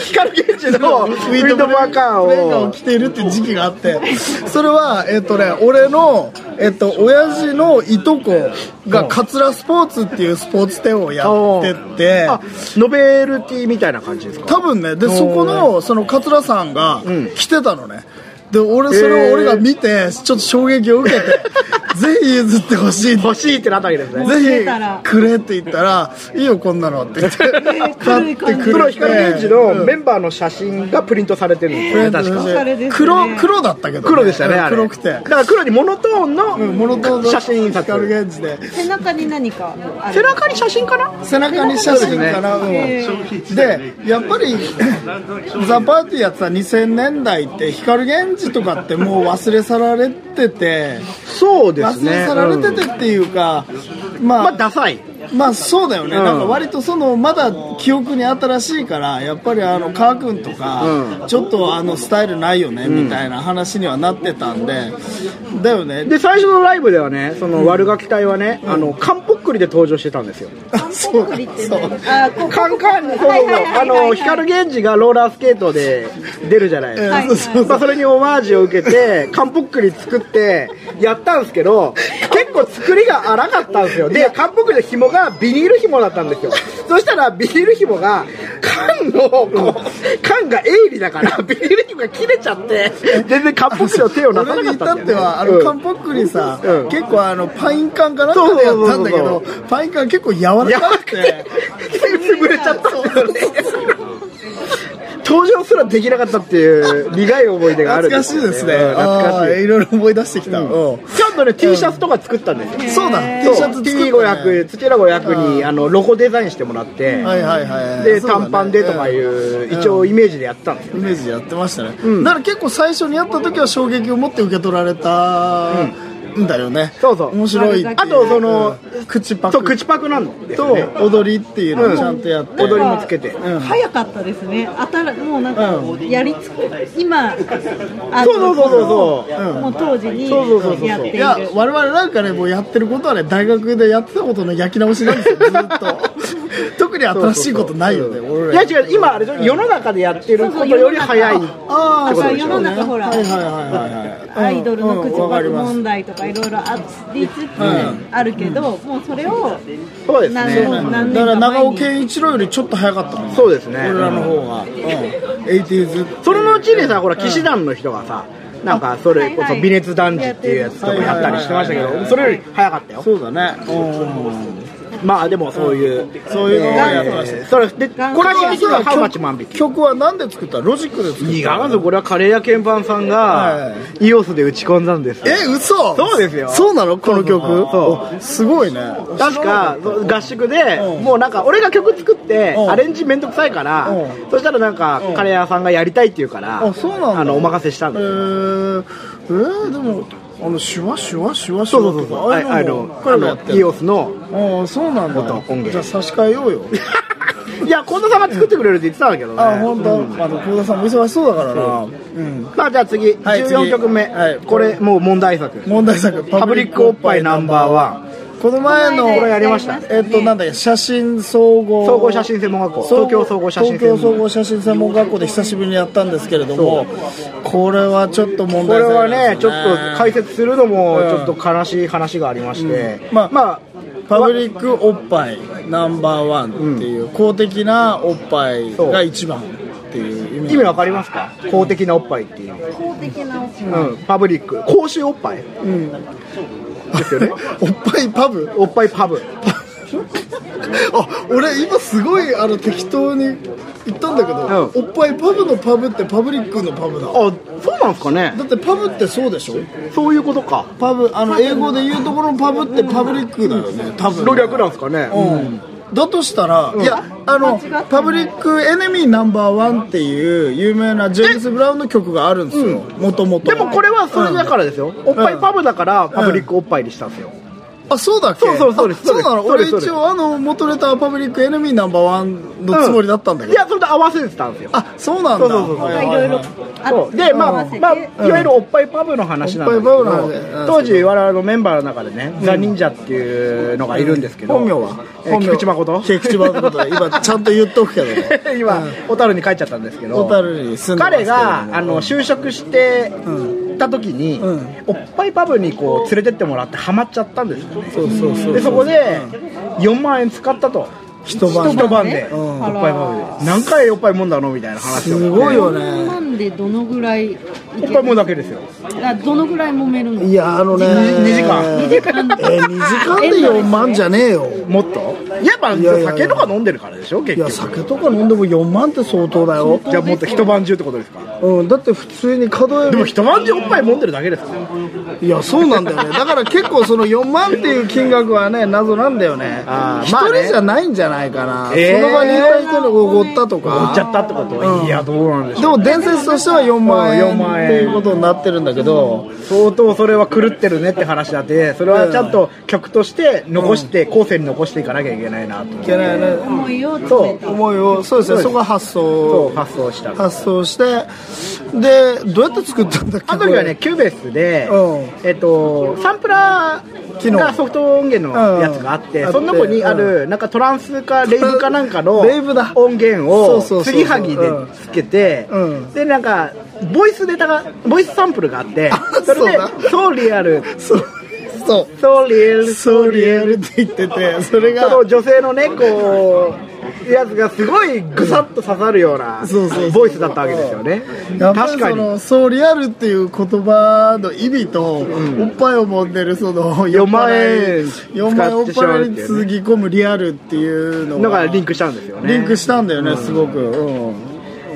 光源氏のウィンドバーカ
ウィンドブレー
ー
カー
を
着ているって時期があってそれはえっとね俺のえっと親父のいとこが桂スポーツっていうスポーツ店をやってて
あノベルティみたいな感じですか
多分ねでそこのその桂さんが来てたのね、で俺そ
へ
れ
ー
を俺が見てちょっと衝撃を受け てぜひ譲ってほしい って
欲しいってなったわけですね
ぜひくれって言ったら「いいよこんなの」 って言って買ってくれて
プロ光源氏のメンバーの写真がプリントされてるんですよね確か
れですね
黒黒だったけど、
黒でしたねあれ
黒くて
だから黒にモノトーンの
モノトーンの
写真印刷
光源氏で
背中に何かあ
背
る
中に写真かな
背中に写真から
そうですね
うんでやっぱり「ザ・パーティーやってた2000年代って光源氏とかってもう忘れ去られてて
そうで
忘
すね
れ去られて
うん
てっていうか、まあ、
まあダサい
まあそうだよね、
うん
なんか割とそのまだ記憶に新しいからやっぱりあのカー君とか、ちょっとあのスタイルないよねみたいな話にはなってたんで、だよね
で最初のライブではねその悪ガキ隊はね、あのカンポックリで登場してたんですよ
韓国栗ってねあこう
カンカンそう
はいはいはい
あ
はいはい
の光源氏がローラースケートで出るじゃないですか、
はいはい
まあ、それにオマージュを受けてカンポックリ作ってやったんですけど結構作りが荒かったんですよでカンポックリの紐がビニール紐だったんですよそしたらビニール紐が缶のこう缶が鋭利だからビニール紐が切れちゃって全然カンポックリの手をなさ
俺
な
に
か
至
った
っ
ん
て
だよね
は、あの、
うん
カンポックリさ、
うん
結構あの、パイン缶かなんかでやったんだけ
そ
ど
う、
パイン缶結構柔らかくて、
潰れちゃったんだよね登場すらできなかったっていう苦い思い出がある
懐か
ん
しいですね。
うん懐
あ
かし
ーいろいろ思い出してきた。うん
いちゃんとね T シャツとか作ったんですよ
そうだ、T
そう
シャツ作ったね
T500 土浦500にあのロゴデザインしてもらって
はいはいはい。
で
そうだね
短パンでとかい。
うん
う一応イメージでやったんですよ
イメージでやってましたね。だから結構最初にやった時は衝撃を持って受け取られたんだよね。
そうそう
面白い。
あ
あとその
うん、口パ
そう
ク
口パクなんの
と踊りっていうのをちゃんとやって。
踊りもつけて
うん
早かったですね。あたらもうなんか
う
やりつく、今あ
そうそうそうそう
そううん
もう当時に
そうそうそうそう
やってい
い
る。
や我々なんかねもうやってることはね大学でやってたことの焼き直しなんですよずっと 特に新しいことないよね
い
俺ら
や違う今あれでしょ世の中でやってることより早い
そうそう世の中
あ
ってことでしょ
世の中ほら
はいはいはいはい
アイドルの口
うんうんわ
パ
か
ク
ります
問題とかいろいろありつつ
ん
あるけど、もうそれを
そうです
何
ね
年も何
だ
年
から
か
長
前
尾
に
健一郎よりちょっと早かったもん
そうですね
俺らの方がうん 80s
それのうちにさ、ほら、騎士団の人がさ、なんか、それこ
はい
そ
はい
微熱断食っていうやつとかやったりしてましたけ
はいはいは
ど、
い
それより早かったよ。
そうだねうん
まあ、でもそういう。
そういうのをやってました
えーそれで、これは実はハウマッチ万引き。
曲は何で作ったロジックで作った
違うんですよ、これはカレー屋鍵盤さんが
は、
イオスで打ち込んだんですよ。
え嘘
そうですよ
そうなのこの曲
そう
おすごいね
確かそう合宿で
うん
もうなんか俺が曲作って
うん
アレンジめんどくさいから
う
そしたらなんかカレー屋さんがやりたいって言うから
あそうなんだ
あのお任せした
え
んですよ
ー、えー、でもあのシュワシュワシュワシ
そ
ュ
うそ
ワ
うそう
と
そう
か
あ
ああ
あ
いうのも
の
彼らやっ
あ
て
のイオスの
ああそうなんだよ
音源
じゃあ差し替えようよ
いや、近藤さんが作ってくれるって言ってたんだけどね。
あ本当。あの幸田さんも忙しそうだからなうん
さあ、じゃあ次、
はい次
14曲目。
はい
これ、もう問題作。
問題作
パブリックおっぱいナンバーワン。
ンこの前の
この間
これやりました
ね
えっとなんだっけ写真総合
総合写真専門学校。東京総合写真
東京
専
総
門学校。
合写真専門学校で久しぶりにやったんですけれどもこれはちょっと問
こ
題
れ
作な
は
ん
ね、
です
ちょ
よ
っと解説するのも、
うん
ちょっと悲しい話がありまして。
まあ
ま
パブリックおっぱいナンバーワンっていう、公的なおっぱいが一番っていう意
あ、
味
意味わかりますか公的なおっぱいっていう。
公的な
うん、パブリック。公衆おっぱいですよね。
おっぱいパブ
おっぱいパブ。
あ俺今すごいあの適当に言ったんだけど、おっぱいパブのパブってパブリックのパブだだ
あ、そうなんですかね。
ってパブってそうでしょ
そういうことか。
パブあの英語で言うところのパブってパブリックだよね多分
の略なんですかね。
うんだとしたら、いやあのパブリックエネミーナンバーワンっていう有名なジェームス・ブラウンの曲があるんですよもともと
でもこれはそれだからですよ、おっぱいパブだからパブリックおっぱいにしたんですよ、
あそうだっけ
そうそうそうです
あそうなの
そう
俺
ですそうで
一
す
応あの元ネタはパブリックエネミーナンバーワンのつもりだったんだけ
い
ど、
やそれで合わせてたんですよ
あそうなんだ
そうそうそうそう
はいはい
いろ
はい
ろあ
そ
っ
う
て
でまあ、
合わせて
まあ、いわゆるおっぱいパブの話なんですけ
おっぱいパ
ど
ブなんで
当時我々のメンバーの中でね、ザ・忍者っていうのがいるんですけど
本名は
えー菊池 誠
菊池誠だ今ちゃんと言っとくけどね
今小樽に帰っちゃったんですけ
小
ど
樽に住んでますけ
彼
どね
があの就職してた時に、おっぱいパブにこう連れてってもらってハマっちゃったんですよね
そうそうそう
でそこで4万円使ったと
一晩
一晩で、
うん
おっぱいパブで何回おっぱいもんだのみたいな話を
すごいよね
4万でどのぐらいい
お
け
っぱいもん
る
だけですよ
あどのぐらい揉めるの
いやあのね
二時間
え
二
ー2時間で4万じゃねえよ
もっとやっぱ
いやいや
酒とか飲んでるからでしょ結
いや
局
酒とか飲んでも4万って相当だよ、
じゃあもっと一晩中ってことですか
うん、だって普通に稼働
でも一晩中おっぱい飲んでるだけですから
いやそうなんだよねだから結構その4万っていう金額はね謎なんだよね
あ
一
ーまあね
人じゃないんじゃないかな、
えー
その場にいた人におごったとか
おっちゃったってこと、いやどうなんでしょ
で
う
も伝説としては4万円
うん4万円
っていうことになってるんだけど
相当それは狂ってるねって話だってそれはちゃんと曲として残して後世に残していかなきゃいけないなと
いけないね
思いを詰
そ
め
う思いをそうですねそこが発
そ
想
う発想した
発想してでどうやって作ったんだっけ
あの時はねキューベースで、
う
えっと、サンプラー
機能
がソフト音源のやつがあって、
うん
その中にある、なんかトランスかレイブかなんかの
レイブだ
音源を
そうそうそうそう
継ぎはぎでつけて、
うん
でなんかボイスデータがボイスサンプルがあってそれ
そうだ
で「ソーリアル」
そうそう
「ソーリアル」
ソーリエルって言っててそれが
その女性のねこうやつがすごいぐさっと刺さるような
そうそうそう
ボイスだったわけですよね
やっぱ
確
り
か
そ
に
のソーリアルっていう言葉の意味と、おっぱいを揉んでるそ の4
万円
4万円おっぱいに続き込むリアルっていうの
の
が
がリンクしたんですよね
リンクしたんだよね、すごく、うん、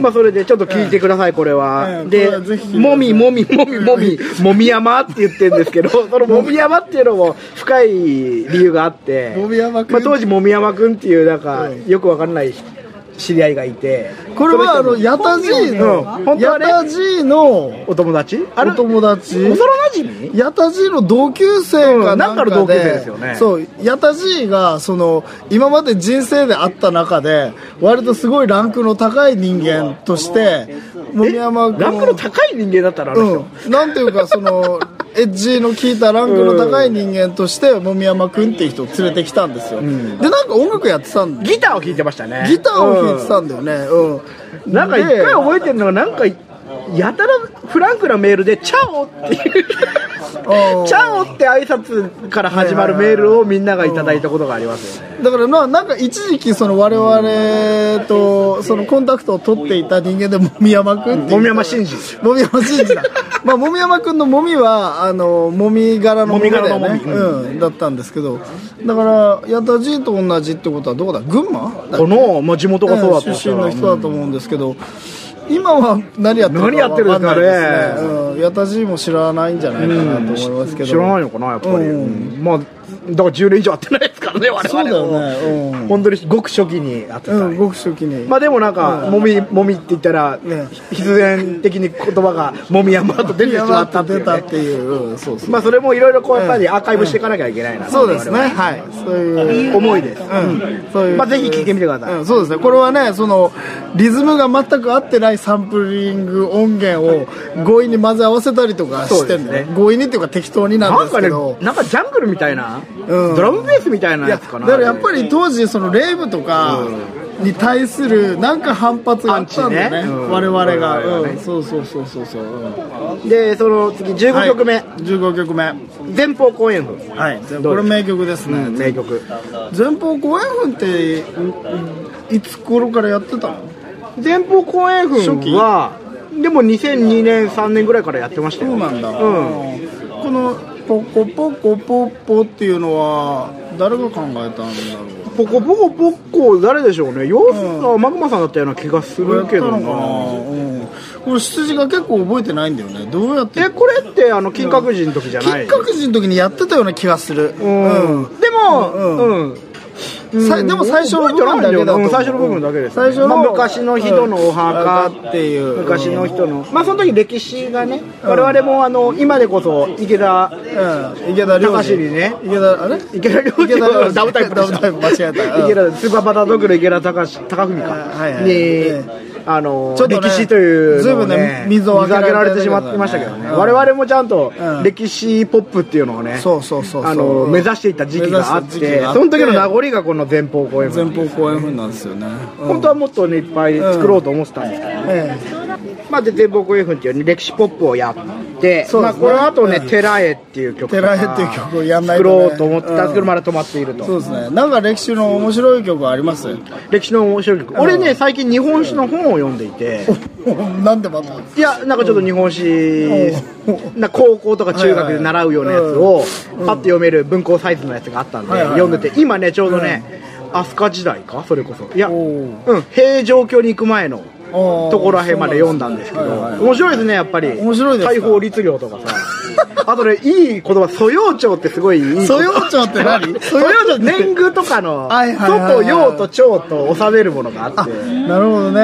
まあそれでちょっと聞いてくださいこれ
え
は、
えこ
で
れはぜひ
もみもみもみもみもみ山って言ってるんです けどそのもみ山っていうのも深い理由があって
もみ山くん
まあ、当時もみ山くんっていうなんか、よくわかんない知り合いがいて
これはあ
そ
の
人
ヤタジー
うん
の
本当
ヤ
はね
タジーの
お友達
お友達
幼なじみ
ヤタジーの同級生
う
か
ん
なんか
なん
で、
かの同級生ですよね
そうヤタジーがその今まで人生で会った中で割とすごいランクの高い人間として森山君
ランクの高い人間だったらあの人、
うん、なんていうかそ のエッジの効いたランクの高い人間としてもみやまくんっていう人を連れてきたんですよ、でなんか音楽やってたんだ
ギターを弾いてましたね
ギターを弾いて
う
たんだよねうん、
んなんか一回覚えてるのがなんかやたらフランクなメールで「チャオ!」っていう
うん
「 チャオ!」って挨拶から始まるメールをみんながいただいたことがありますよね
だからななんか一時期その我々とそのコンタクトを取っていた人間でもみやまくんってい
も
う
み山真司
もみやま真 司だまあもみやまくんのもみはあのもみ殻のもみだよ
もみ
ね
殻のも
うんだったんですけどだからやたじと同じってことはどこだ群馬だっけ
この、まあ、地元がそうだった
出
とした
身
ら
の人だと思うんですけど、今は何やってるか
何やってるん
わ
です
かん
かね
ないですね、うん、やたじも知らないんじゃないかなと思いますけど、
知らないのかなやっぱり、
うん
うんまあだから10年以上会ってないですからね我々
そうだよねうん
本当にごく初期に会ってた、
うん、ごく初期に、
まあでもなんか、もみ、もみって言ったら、
ね
必然的に言葉が、もみ山と出てしまったっていう
出
ね
たっていう、うんそうそう、
まあそれもいろいろこうやっぱりアーカイブしていかなきゃいけないな、
そうですねはいそういう
思いです、
うんそういう
まあぜひ聞いてみてください
うんそうですねこれはねそのリズムが全く合ってないサンプリング音源を強引に混ぜ合わせたりとかしてる
そう
の、
で
ね
すね
強引にっていうか適当になん
な
で
ん
す
か
け
ね
ど
なんかジャングルみたいな、
うん
ドラムベースみたいない
や
や
だ
つかな
からやっぱり当時そのレイブとかに対するなんか反発があったんだよね
アンチねうん
我々が、
我々がね
うんそうそうそうそうそう、うん
でその次15曲目、
はい15曲目
前方後円墳
はいこれ名曲ですね、
名曲
前方後円墳っていいつ頃からやってたの
前方後円
初期
墳はでも2002年3年ぐらいからやってましたよ
そうなんだ、
うん
このポコポコポッポっていうのは誰が考えたんだろう
ポコポコポッコ誰でしょうね様子がマグマさんだったような気がするけど
や
な
ったのかな、うん、これ羊が結構覚えてないんだよねどうやって
えこれってあの金閣寺の時じゃない
金閣寺の時にやってたような気がする
うんでも、うん
さでも最初の部分だけだと
う
思
ん
う
最初の部分だけです、
最初の
まあ昔の人のお墓
うんっていう
昔の人のまあその時歴史がね我々もあの今でこそ池田
うん池田良
高橋
二
にね
池田あれ
池田良
池田良二
二ダブルタイプで
ダブ
した
ルタイプ間違えたうん
池田スーパーバタードッグの池田高志高文か
はいはい
にあの
ちょっとね
歴史という
随
のを
分ね水をあ
水
げ
を
ら
あ
れて
げられてしまってましたけどね
うん
我々もちゃんと
うん
歴史ポップっていうのをね
そうそうそうそう
あの目指していった時期があっ
目指してた時期
て
があって
その時の名残がこの前方後円墳
前方後円墳なんですよね
本当はもっとねいっぱい作ろうと思ってたんですけどね
え
まあ、で全国 F っていう、ね、歴史ポップをやって、
そう
ま
で
あ、
すね
この後ね「
うん
テラエ」っていう曲とか
テラエっていう曲をやんないとね
作ろうと思ってたんですけど、
うん
まだ止まっている
えそ
と
うですねなんか歴史の面白い曲はあります
歴史の面白い曲俺ね最近日本史の本を読んでいて、
なんでまた
いやなんかちょっと日本史、
う
な高校とか中学で習うようなやつを、パッと読める文庫サイズのやつがあったんで、
はいはいはい
読んでて今ねちょうどね、飛鳥時代かそれこそいや、
お
う
ー
ん、平城京に行く前の
おー
ところらへんまで読んだんですけど、
はいはいはい
面白いですねやっぱり
面白いですか
大法律令とか さあとねいい言葉「素養帳」ってすごいいい言葉
蘇葉帳って何
素養帳年貢とかの
はいはいはいはい
と用と帳と収めるものがあって
なるほどね
いい,、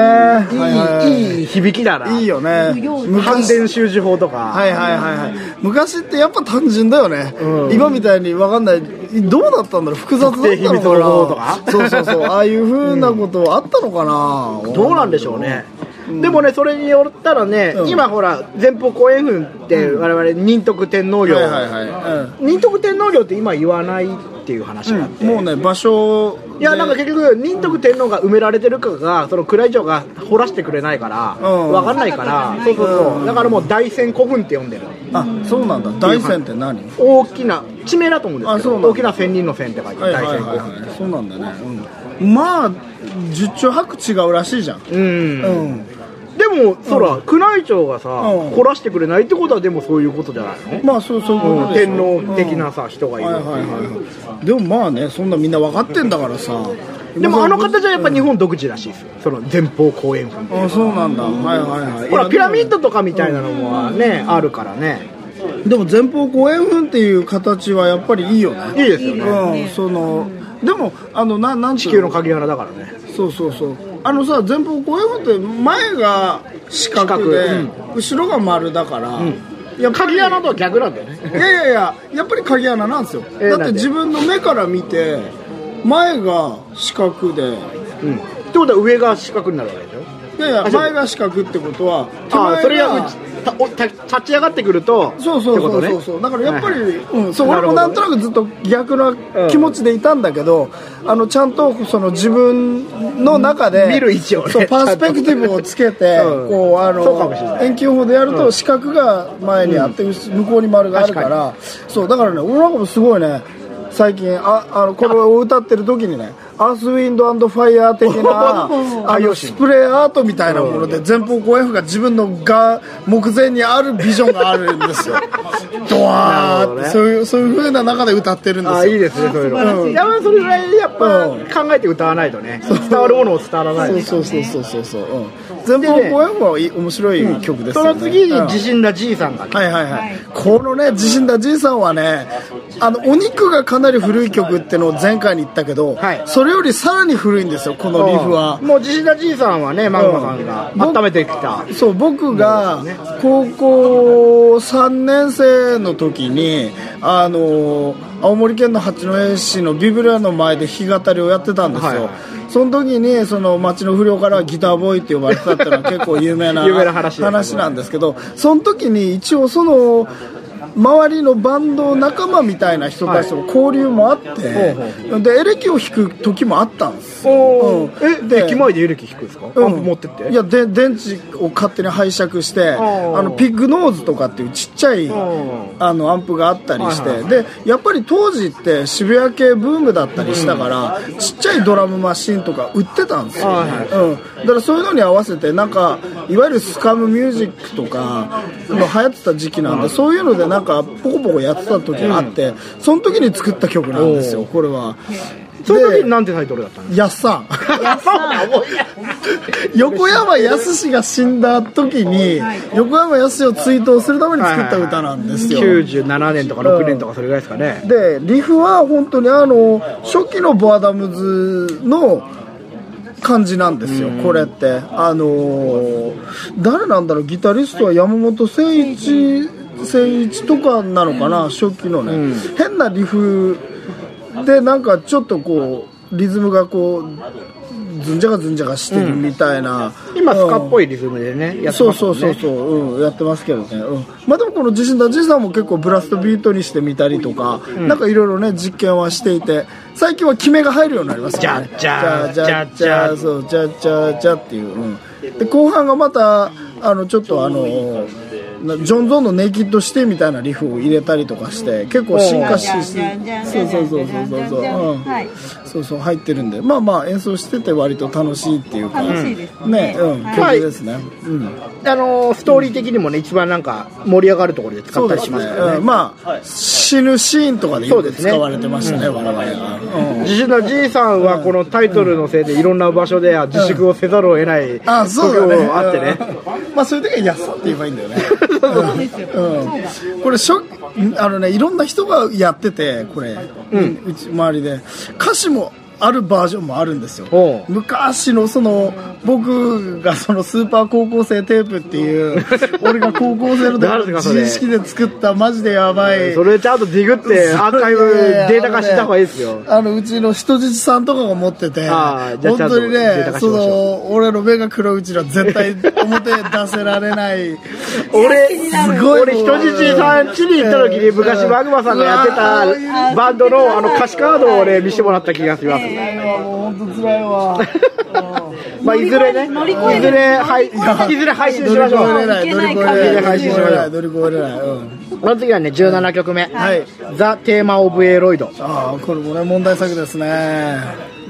はい
いい、響きだない
いいよね
反伝習字法とか、
はいはいはいはい昔ってやっぱ単純だよね、
うん
今みたいに分かんないどうだったんだろう複雑だった
特定秘密
の
の方と
か
か
なそうそう そうああいうふうなことあったのかな、
どうなんでしょうね、でもねそれによったらね、
うん
今ほら前方後円墳って我々仁徳天皇陵、
はいはいは
仁徳天皇陵って今言わないっていう話があって、
もうね場所
いやなんか結局仁徳天皇が埋められてるかがその宮内庁が掘らしてくれないから、
うん
わかんないから、そうそうそう、だからもう大仙古墳って呼んでる
あそうなんだ大山って何
大きな地名だと思うんですけ
あそうな
ど
んだ
大きな仙人の仙って書いて
はいは
大
いはい
仙古墳、
はいそうなんだね、うんまあ十丁八違うらしいじゃん
うん
うん
でもそら、宮内庁がさ、
うん
凝らしてくれないってことはでもそういうことじゃないの、
まあそうそういうこ
うん
とでし
天
ょ
皇的なさ、人がいる、
はいはいはいでもまあねそんなみんな分かってんだからさ
でもあの形はやっぱ日本独自らしいですよその前方後円墳
あそうなんだはいはいはい
ほらピラミッ
ド
ドとかみたいなのもね、あるからね
でも前方後円墳っていう形はやっぱりいいよね
いいですよね
うんそのでもあのななんてい
地
う
球の鍵穴だからね
そうそうそうあのさ前方後円墳って前が四角で
四
後ろが丸だから、
いや鍵穴とは逆なんだよ
い
ね
やいやいややっぱり鍵穴なんですよ、
え
だっ
な
て
んで
自分の目から見て前が四角で
うんってことは上が四角になるわけでしょ
いやいや
あそう
前が四角ってことは手前
あ
が
あそれがうちたおた立ち上がってくると
そうそうそう
って
そ
こ
う
と
そう、
ね
だからやっぱり、
はい
うん、そう俺もなんとなくずっと逆な気持ちでいたんだけど、あのちゃんとその自分の中で
見る位置をね
そうパースペクティブをつけて、
うん
こうあ
そうかもしれ
の
ない
遠近法でやると四角が前にあって、向こうに丸があるから、そうだからね俺なんかもすごいね最近ああのこれを歌ってる時にねアースウィンドアンドファイヤー的 なあのスプレーアートみたいなもので前方後円墳が自分のが目前にあるビジョンがあるんです よドワーって、
なるほどね
そういうそういうふうな中で歌ってるんですよ
あいいですねそういうのいやそれぐらいやっぱ考えて歌わないとね伝わるものを伝わらない
そうそうそうそうそうそう、うん、前方後円墳はいい面白い曲です
そ
よ、ね
の次
う
に
ん
地震だじいさんがね
はいはいはい、
はい
このね地震だじいさんはねあのお肉がかなり古い曲ってのを前回に言ったけど、
はい
それよりさらに古いんですよこのリフは
もう地震だじいさんはねマグマさんが
うん
温めてきた
そう僕が高校3年生の時にあの青森県の八戸市のビブラの前で弾き語りをやってたんですよ、
はいはい
その時にその町の不良からはギターボーイって呼ばれてたっていうのは結構有名な
有名な話ですね
話なんですけどその時に一応その周りのバンド仲間みたいな人たちとの交流もあって、
ほう
でエレキを弾く時もあったんです
お
う
ー
ん
え
で
で駅前で揺れき引くんですかアンプ
うん
持ってって
いやで電池を勝手に拝借して
ー
あのピッグノーズとかっていうちっちゃい
ー
あのアンプがあったりして、
はいはい
でやっぱり当時って渋谷系ブームだったりしたから、ちっちゃいドラムマシンとか売ってたんですよ、
はいは
う
い
ん、だからそういうのに合わせてなんかいわゆるスカムミュージックとかの流行ってた時期なんでそういうのでなんかポコポコやってた時があって、その時に作った曲なんですよこれは。
その時なんてタイトルだったの
やっさん
やっさん
横山やすしが死んだ時に横山やすしを追悼するために作った歌なんですよ、
97年とか6年とかそれぐらいですかね、
でリフは本当にあの初期のボアダムズの感じなんですよ、これってあのー誰なんだろうギタリストは山本誠一誠一とかなのかな初期のね、変なリフでなんかちょっとこうリズムがこうずんじゃがずんじゃがしてるみたいな、
今スカ
うん
っぽいリズムでねやって
そう
ます
そ
も
うん
ね
そうそう、うん、やってますけどね、うん、まあでもこの地震だじいさんも結構ブラストビートにしてみたりとか、なんかいろいろね実験はしていて最近は決めが入るようになりますからね
じゃあじゃあ
じゃあ
じゃあじゃあ
そうじゃあじゃあじゃあっていう、うん、で後半がまたあのちょっとあのなジョン・ゾーンのネイキッドしてみたいなリフを入れたりとかして結構進化ししてそうそうそうそうそうそう、うん
はい
そうそう入ってるんでまあまあ演奏してて割と楽しいっていうか
楽しいです
ね
ね
うん、
はい
曲ですね、うん
あのーストーリー的にもね一番なんか盛り上がるところで使ったりしますからね
うんまあ、死ぬシーンとかでよ
そう
く
です
使
ね
われてましたね、我々が、うん
自信のじいさんはこのタイトルのせいでいろんな場所で自粛をせざるを得ない時
あそうだね
もあってね
うんまあそういう時は「やっさ」って言えばいいんだよね
そうですよそうだ
これしょあのねいろんな人がやっててこれ、うち周りで歌詞もあるバージョンもあるんです
お
よ昔のその僕がそのスーパー高校生テープっていう 俺が高校生の
誰
時
です
に
かそれ
自意識で作ったマジでやばい
それちゃんとディグってアーカイブデータ化してた方がいいですよ
あのうちの人質さんとかが持ってて
あ
本
ーじゃあちゃんと
当に
データ
ね
化し
そ
ましょう
の俺の目が黒いうちら絶対表へ出せられない
俺
すごい
俺人質さん家に行った時に昔マグマさんがやってたバンドのあの歌詞カードを俺見せてもらった気がします
もう本当辛いわ
まあいずれね
乗り越え
いずれはいいずれ配信しましょ
乗り
う
越えれない乗り越えれない乗り越えれない乗り越えれない、うん、
この次はね17曲目
はい
「ザ・テーマ・オブ・エロイド」
ああこれこれ問題作ですね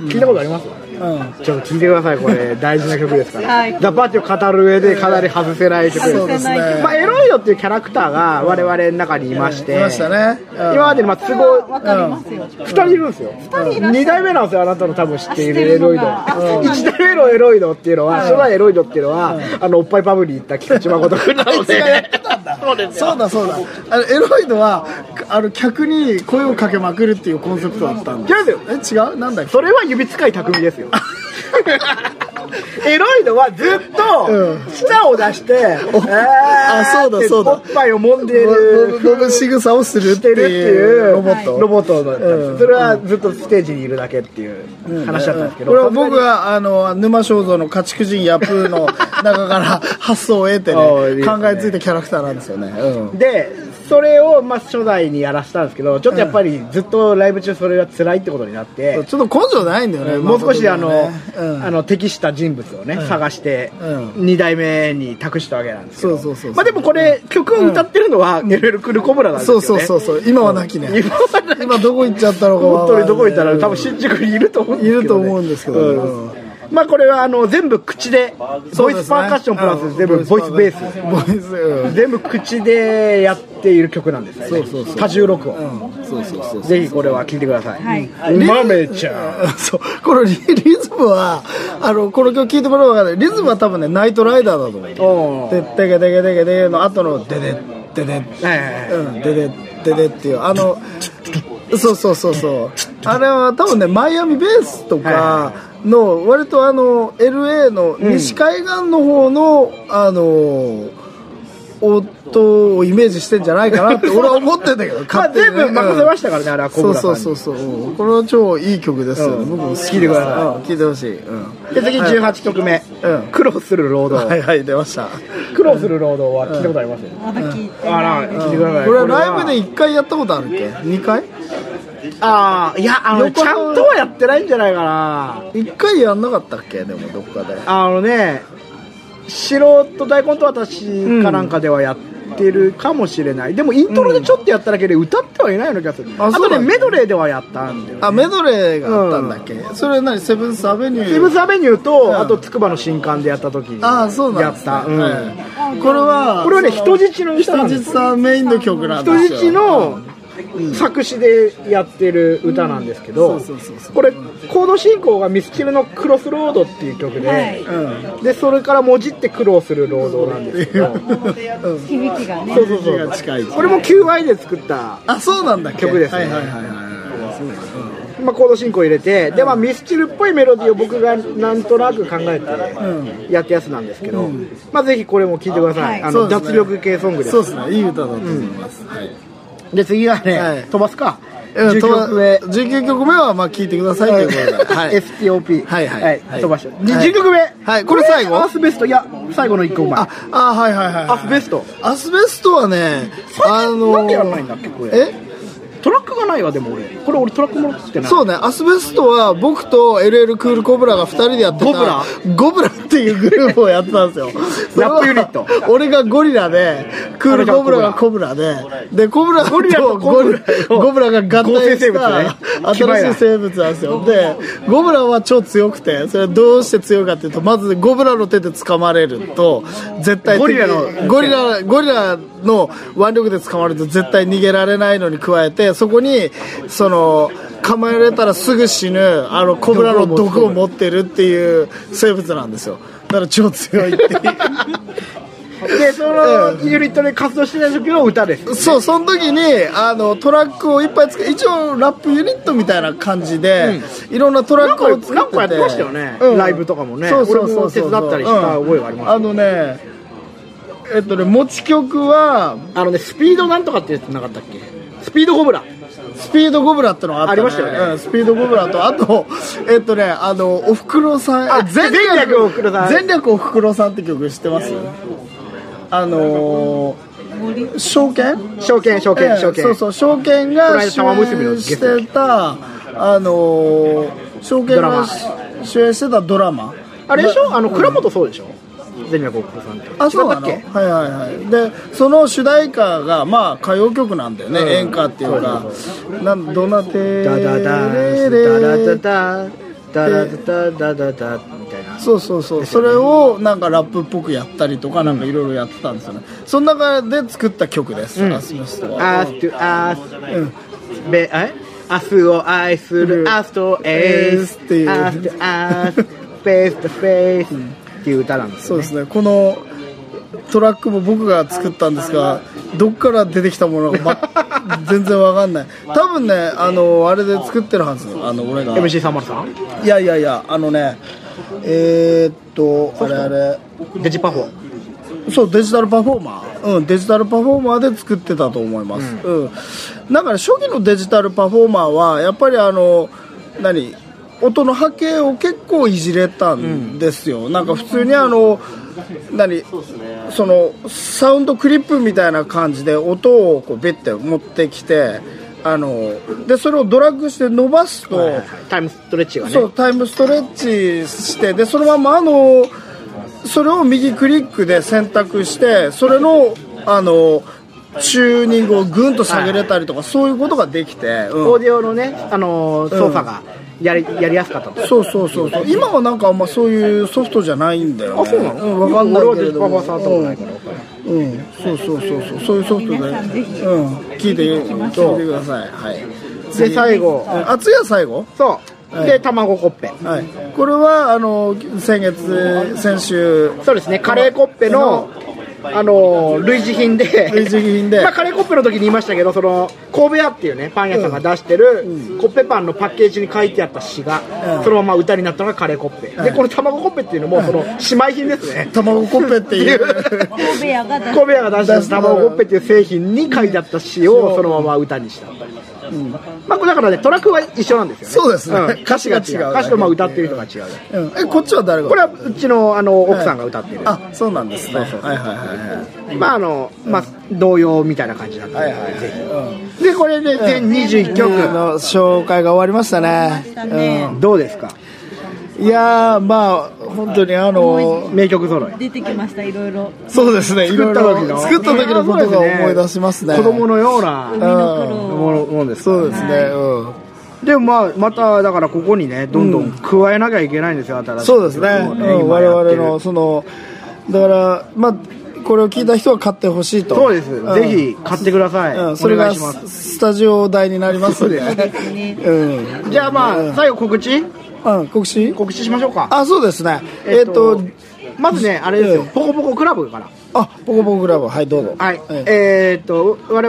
聞いたことあります
うん
ちょっと聞いてくださいこれ大事な曲ですから、
はい
ザ・パーティーを語る上でかなり外せない曲です
そうですね
まあ、エロイドっていうキャラクターが我々の中にいまして、
いましたね、うん
今までまあ都合
わかりますよ
2人いるんですよ
人いらっしゃる
2代目なんですよあなたの多分知っているエロイド
あ知ってるの
1代目の
があ
エロイドっていうのは初代エロイドっていうのはあのおっぱいパブに行った菊池誠君なの
あいつ がやっ
で
てたんだそうだそうだあのエロイドはあの客に声をかけまくるっていうコンセプトだったんで
違うんです
す
よ
え違うなんだっけ
それは指使い匠ですよ エロイドはずっ
う
と舌を出して、
あそうだ
って
そうだ
おっぱいを揉んでる
飲む仕草をするっ
しててるってい
いう
う
ロボット、
ロボットだったんです、
うん
それはずっとステージにいるだけっていう話だったんですけど、
これは僕はあの沼正蔵の家畜人ヤプーの中から発想を得てね
ああいいですね
考えついたキャラクターなんですよね、うん
でそれをまあ初代にやらせたんですけどちょっとやっぱりずっとライブ中それが辛いってことになって、
ちょっと根性ないんだよね、
もう少しであの、
誠にねうん
あの適した人物をね、探して、
う
二
ん
2代目に託したわけなんですけど
そうそうそうそう
まあでもこれ、曲を歌ってるのは「ネルルクルコブラ」なんで
そ
すよ
う
ね
そうそうそう今はなきね
今はなき
今どこ行っちゃったのか
本当にどこ行ったら
うん
多分新宿にいると思うんですけど、ね、
いると思うんですけどね
うんまあこれはあの全部口で
そ
ボ
う
イ
ですね
スパーカッションプラ
うん
ス全部ボイスベー
ボイス、う
ス
ん
全部口でやっている曲なんですよね
そうそうそう
多重録音、
うんそうそうそう
ぜひこれは聴いてください、
はい
マメちゃん
そうこのリリズムはあのこの曲聴いてもらうわかんないリズムは多分ねナイトライダーだと思う
お
ででけでけでけでけの後のでででで
はいはいはい
うんででででっていうあのそうそうそうそうあれは多分ねマイアミベースとかの割とあの LA の西海岸の方のあの音をイメージしてんじゃないかなって俺は思ってんだけど
まあ
勝手に
全
ね
部任せま
うん
したからねあれは小
そう
村さん
そう
に
そうそううんこれは超いい曲ですよね
うん
僕も好きです
聞いてください
うん聞いてほしいうん
で次18曲目
うん
「苦労する労
は
働
いはい出ました」
苦労する労働は聞いたことありますよ
まだ聞いて
あ
ない
ら聞いてください
これはライブで1回やったことあるっけ2回
ああいやあのね
横
ち
の
ゃんとはやってないんじゃないかな
一回やんなかったっけでもどっかで
あのね素人大根と私かなんかではやってるかもしれない、でもイントロでちょっとやっただけで歌ってはいないような気がする、
あ
あ
そう
と
な
ね
んだ
メドレーではやったんだよね
あメドレーがあったんだっけ、それは何セブンスアベニュー
セブンスアベニューと、
ん
あと筑波の新刊でやった時に
ああそうなんですね
やった、うん
はいこれは
これはね
その
人質の歌なんです
人質さんメインの曲なんです
人
よ
質の作詞でやってる歌なんですけど
そうそうそうそう
これコード進行がミスチルの「クロスロード」っていう曲で、
はい
でそれからもじって苦労する労働なんですけど
響きがね
そうそうそう
が近い
これも QY で作った、
あそうなんだっけ
曲です
は
ね
いはいはいはいそうだ
まあ、コード進行入れてで、まあ、ミスチルっぽいメロディーを僕がなんとなく考えてやったやつなんですけど、まあ、ぜひこれも聴いてください、
はい
あの
そうですね
脱力系ソングです
そうですねいい歌だと思います、はい
で次はね、
はい
飛ばすか
うん
19
と
曲目
19曲目はまあ聞いてくださいということで、 はい、
STOP
はいはいはい
飛ばして
は
10
い
曲目
はいこれ最後
アースベストいや最後の1個前
ああはいはいはいはい
アスベスト
アスベストはねあの
なんでやらないんだっけこれ
え
トラックがないわでも俺これ俺トラック持ってない
そうねアスベストは僕と LL クールコブラが2人でやってた
ゴブラ
ゴブラっていうグループをやってたんです よ
ラップユニット
それは俺がゴリラでクールコブラがコブラででコブラ
ゴリラと
と
コ
ゴリ
ブラ
ラゴブラが合体した
合成生物ね
新しい生物なんですよでゴブラは超強くてそれはどうして強いかっていうとまずゴブラの手で掴まれると絶対的に
ゴリラの
ゴリラゴリラの腕力で捕まると絶対逃げられないのに加えてそこにその噛まれたらすぐ死ぬあのコブラの毒を持ってるっていう生物なんですよだから超強いっていう
でそのユニットで活動してた時の歌です
そうその時にあのトラックをいっぱい作っ一応ラップユニットみたいな感じで、いろんなトラックを作ってて
なんかやってましたよねライブとかもね
そうそう
俺
そ
も
うそう
手伝ったりした覚えがあります
うんあのねえっとね持ち曲は
あのねスピードなんとかってやつなかったっけスピードゴブラ
スピードゴブラってのがあった、
ありましたよね
うんスピードゴブラとあとえっとねあのおふくろさ
あ
ん
前略おふくろさん
前略おふくろさんって曲知ってますあのー、証券
証券証
え
券
え
証券
そうそう証券
この
が
間
主
玉結びの
演
ゲ
し
スト
てたあのー、証券
ドラマ
がし主演してたドラマ
あれでしょ
だ
あの倉本そうでしょ全力おふくろさんって
あそう
違
な
ったっ
の
け
はいはいはいでその主題歌がまあ歌謡曲なんだよね、演歌っていうかなんどんなて
ダダダーダダダダダダダダダダみたいな
そうそうそう、それをなんかラップっぽくやったりとかなんかいろいろやってたんですよねその中で作った曲です、
ん
アスミストは
アースとアースべえ明日を愛す
う
る
ん
アースとエース
っていう
アースとアースフェイスとフェイスっていう歌なんです
そう
よ
で
ね
すねこのトラックも僕が作ったんですがどっから出てきたものか、ま、全然わかんない多分ねあのあれで作ってるはずあの俺が
MC サマルさん
いやいやいやあのねえー、っとあれあれ
デジパフォ
そうデジタルパフォーマー、うん、デジタルパフォーマーで作ってたと思います、うんだから初期のデジタルパフォーマーはやっぱりあの何音の波形を結構いじれたんですよ、なんか普通にあの何そのサウンドクリップみたいな感じで音をこうベッて持ってきてあのでそれをドラッグして伸ばすと、
タイムストレッチがね
そうタイムストレッチしてでそのままあのそれを右クリックで選択してそれのあのチューニングをぐんと下げれたりとかそういうことができて、う
オー
ん
ディオのねあのー操作がやりやりやすかったと
そうそうそうそう今はなんかあんまそういうソフトじゃないんだよ、ね、
あそうなの
ん、分かんないけれど
俺
も
はデジパパ触ったことないからわかんない
うん、うんそうそうそうそうそういうソフトで、
皆さんぜひ
うん、聞いて聞いてくださいはい
で最後
あ次は最後
そうで卵コッペ
はい、これはあの先月先週
そうですねカレーコッペのあのー類似品で
類似品で
まあ、カレーコッペの時に言いましたけどその神戸屋っていうねパン屋さんが出してる、コッペパンのパッケージに書いてあった詩が、
うん
そのまま歌になったのがカレーコッペ、でこの卵コッペっていうのもその姉妹品ですね
卵コッペっていう
神戸屋が出
神戸屋が出した卵コッペっていう製品に書いてあった詩をそのまま歌にした、まあ、だからねトラックは一緒なんですよね
そうですね
ん歌詞が違
歌詞が違
う
う
歌詞とまあ歌ってる人が違
う
う
んえこっちは誰が
これはうちのあの奥さんが歌ってる、
あそうなんですねはいはいはい
まああの、まあ、童謡みたいな感じだったので、ぜひ
はい、うん、
でこれで全21曲、
の紹介が終わりましたね
したね
どうですか
うん、いやーまあ本当にあの
名曲揃い
出てきましたいろいろ
そうですねいろいろ作った時のことが思い出しますね
子供のような
海の苦労
ものもんです
そうですね、うん
でもまあまただからここにねどんどん加えなきゃいけないんですよ新しい
そうですね、
も
うん
今やって
我々
る
のそのだからまあこれを聞いた人は買ってほしいと
そうです、
ん
ぜひ買ってください、
うん、そ
お
れ
願
が
いします
スタジオ代になりますんで
そうです
ね
うん
じゃあまあ、最後告知
うん、告知
告知しましょうか
あそうですね
え
え
っ
っ、
と
と
まずねあれですよ、
ええ
ポコポコクラブから
あポコポコグラブはいどうぞ
はい、
ええ
えーっと我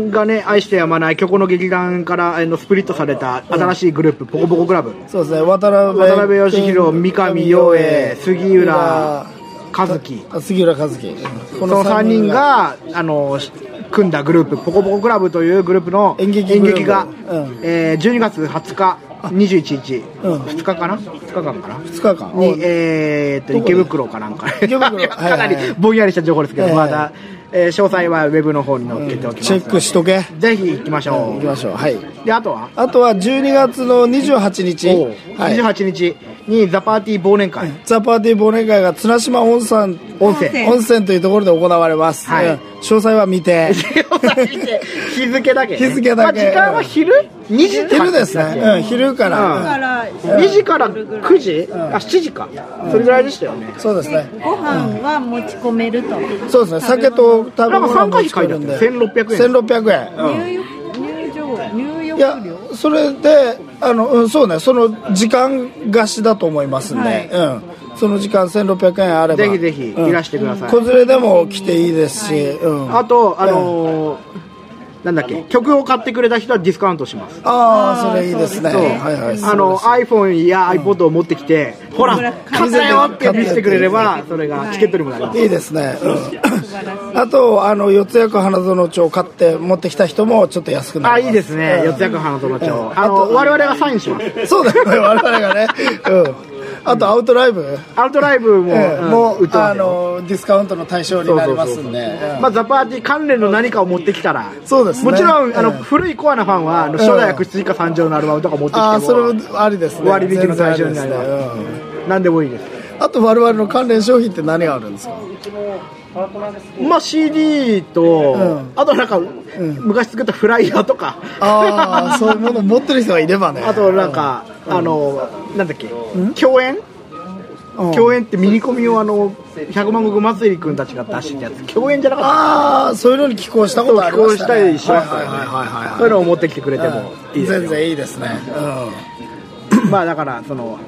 々がね愛してやまない虚構の劇団からあのスプリットされた新しいグループ、ポコポコクラブ
そうですね渡辺
渡辺義弘三上洋栄杉浦和樹
あ杉浦和樹
この3人があのし組んだグループポコポコクラブというグループの
演劇グループ
が、
うん
えー12月20日21日、
うん
2日かな2日間かな
2日間
に、えーっと
どこ
池
で
袋かなんかで
池袋はい
かなりぼんやりした情報ですけど、
はいはい
まだ、えー詳細はウェブの方に載っけておきます、
チェックしとけ
ぜひ行きましょ
行
う、
きましょうはい
であとは
あとは12月の28日
おう
はい
28日にザ・パーティー忘年会、
ザ・パーティー忘年会が綱島温泉
音声
音
温泉というところで行われます、
はい
うん詳細は未 定
日付だけね
日付だけ
まあ時間は昼2時って
昼ですね、うん、昼か
うん
ら、
から
2時から9時、あ7時か、それぐらいでしたよね
うんそうですね
でご飯は持ち込めると
そうですね酒と食べ物
なんか
も
参加費
作るんで
書いてあったよ1600円
1600円
入浴入場入
いや
浴料
それであの、うん、そうねその時間貸しだと思いますんで、
はい
うん、その時間1600円あれば
ぜひぜひいらしてください
子連れでも来ていいですし、うん、
あとあのーなんだっけ曲を買ってくれた人はディスカウントします
ああそれいいですね
そう、
はいはい
あの iPhone や iPod を持ってきて、ほら買ったよって見せてくれればそれがチケットにもなります、
いいですね、う
素晴らしい
ん、あとあの四谷区花園町を買って持ってきた人もちょっと安くな
あ
ります
いいですね、
うん
四谷区花園町、
うん
あ
あ
の
と
我々がサインします
そうだよね我々がね、うん、あとアウトライブ
アウトライブも、
ええ
うん
も
売
う
ってます
あ
よ
のディスカウントの対象になりますんでうん
まあ、ザ・パーティー関連の何かを持ってきたら
そうですね
もちろんあの、
ええ
古いコアなファンはあの初代薬室以下参上のアルバムとか持ってきても
ああそれもありですね
割引の対象になり
全然ありで
ます
すね
何でもいいです
うんあと我々の関連商品って何があるんですか
まあ CD と、
うん
あとなんか、
ん
昔作ったフライヤーとか
ああそういうもの持ってる人がいればね
あとなんか、あのなんだっけ共演
うん
共演ってミニコミをあの百万石祭り君たちが出してたやつ共演じゃなかった
ああそういうのに寄稿したことありま
う
し
したた
ね
りしますからね、
はいはいはいはい
そういうのを持ってきてくれてもいいですよ
全然いいですね
まあだからその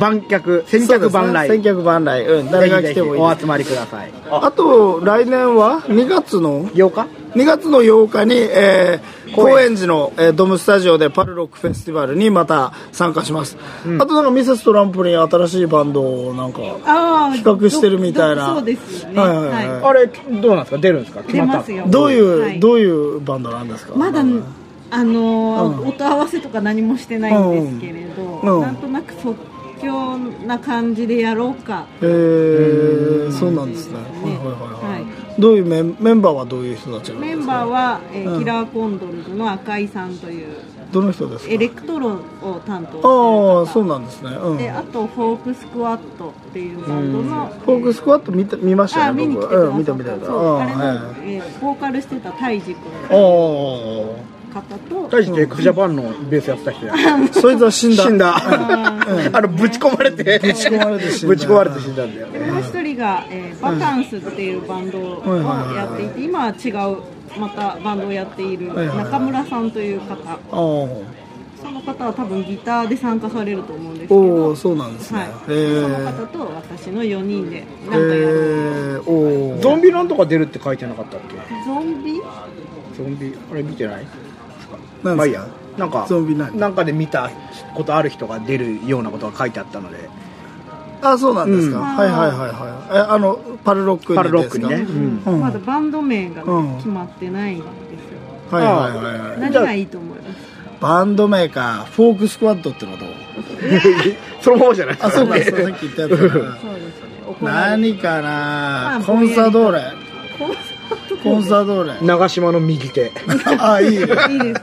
万
う
客
ん
先客万来
そうですね先客万来うん誰が来てもいい
ぜひぜひ
で
お
す
集まりください
あと来年は2月の
8日
2月の8日に、えー高円寺の、えードムスタジオでパルロックフェスティバルにまた参加します、あとなんかミセストランプリン新しいバンドをなんか
ああ
比較してるみたいな
そうですよね
はいはいはい
あれどうなんですか出るんですか決
出
ま
ま
っ
す
た
よ
どういう、
はい
どういうバンドなんですか
まだあのー音合わせとか何もしてないんですけれど、
うん
なんとなく即興な感じでやろうか
えー、そうなんですね、はいはいはいはいどういうメンメンバーはどういう人たちなんで
メ
す
ン
か
バーは、えー
うん
キラーコンドルズの赤井さんという
どの人ですか
エレクトロを担当
ああ
してる
そう
方
なんですね、うん、
であとフォークスクワットっていうバンドの
フォークスクワット見た見ました
あ
ね
見に来て
僕
くだ
う
さった、
ん見た見た見た
そう
あ
あ
ー
れの、
はい
えーボーカルしてた泰治君
あー
方と
大してエクジャパンのベースやってた人や
そいつは死ん だ
死んだあのぶち込まれてぶ
ち込まれて死んだ
ぶち込まれて死んだんだよ
で
ね
もう一人が、えーバカンスっていうバンドを
はいはいはい
やっていて今は違うまたバンドをやっている
はいはいはい
中村さんという方
あー
その方は多分ギターで参加されると思うんですけ
お
ど
おそうなんですね、
はい、
え
その
ー
方と私の4人で
え
なんかやる、
ー、おお
ゾンビランとか出るって書いてなかったっけ
ゾンビ
ゾンビあれ見てない
なん
まあい
で
い
すか
やなんか
ゾンビ何
なんかで見たことある人が出るようなことが書いてあったので
あそうなんですか、
うん
はいはいはいはいえあのパルロックに
パルロックにね
ですか
うん
うん
まだバンド名がね、
うん
決まってないんですよ
はいはいはいはい
何がいいと思います
バンド名かフォークスクワッドってのはどう
そのままじゃない
あそうかそうさっき言ったやつだな
そうですよね怒られる
何かな
あ
コンサドーレ
コンサート
コンサドーレ
長島の右手
あいいね
いいですね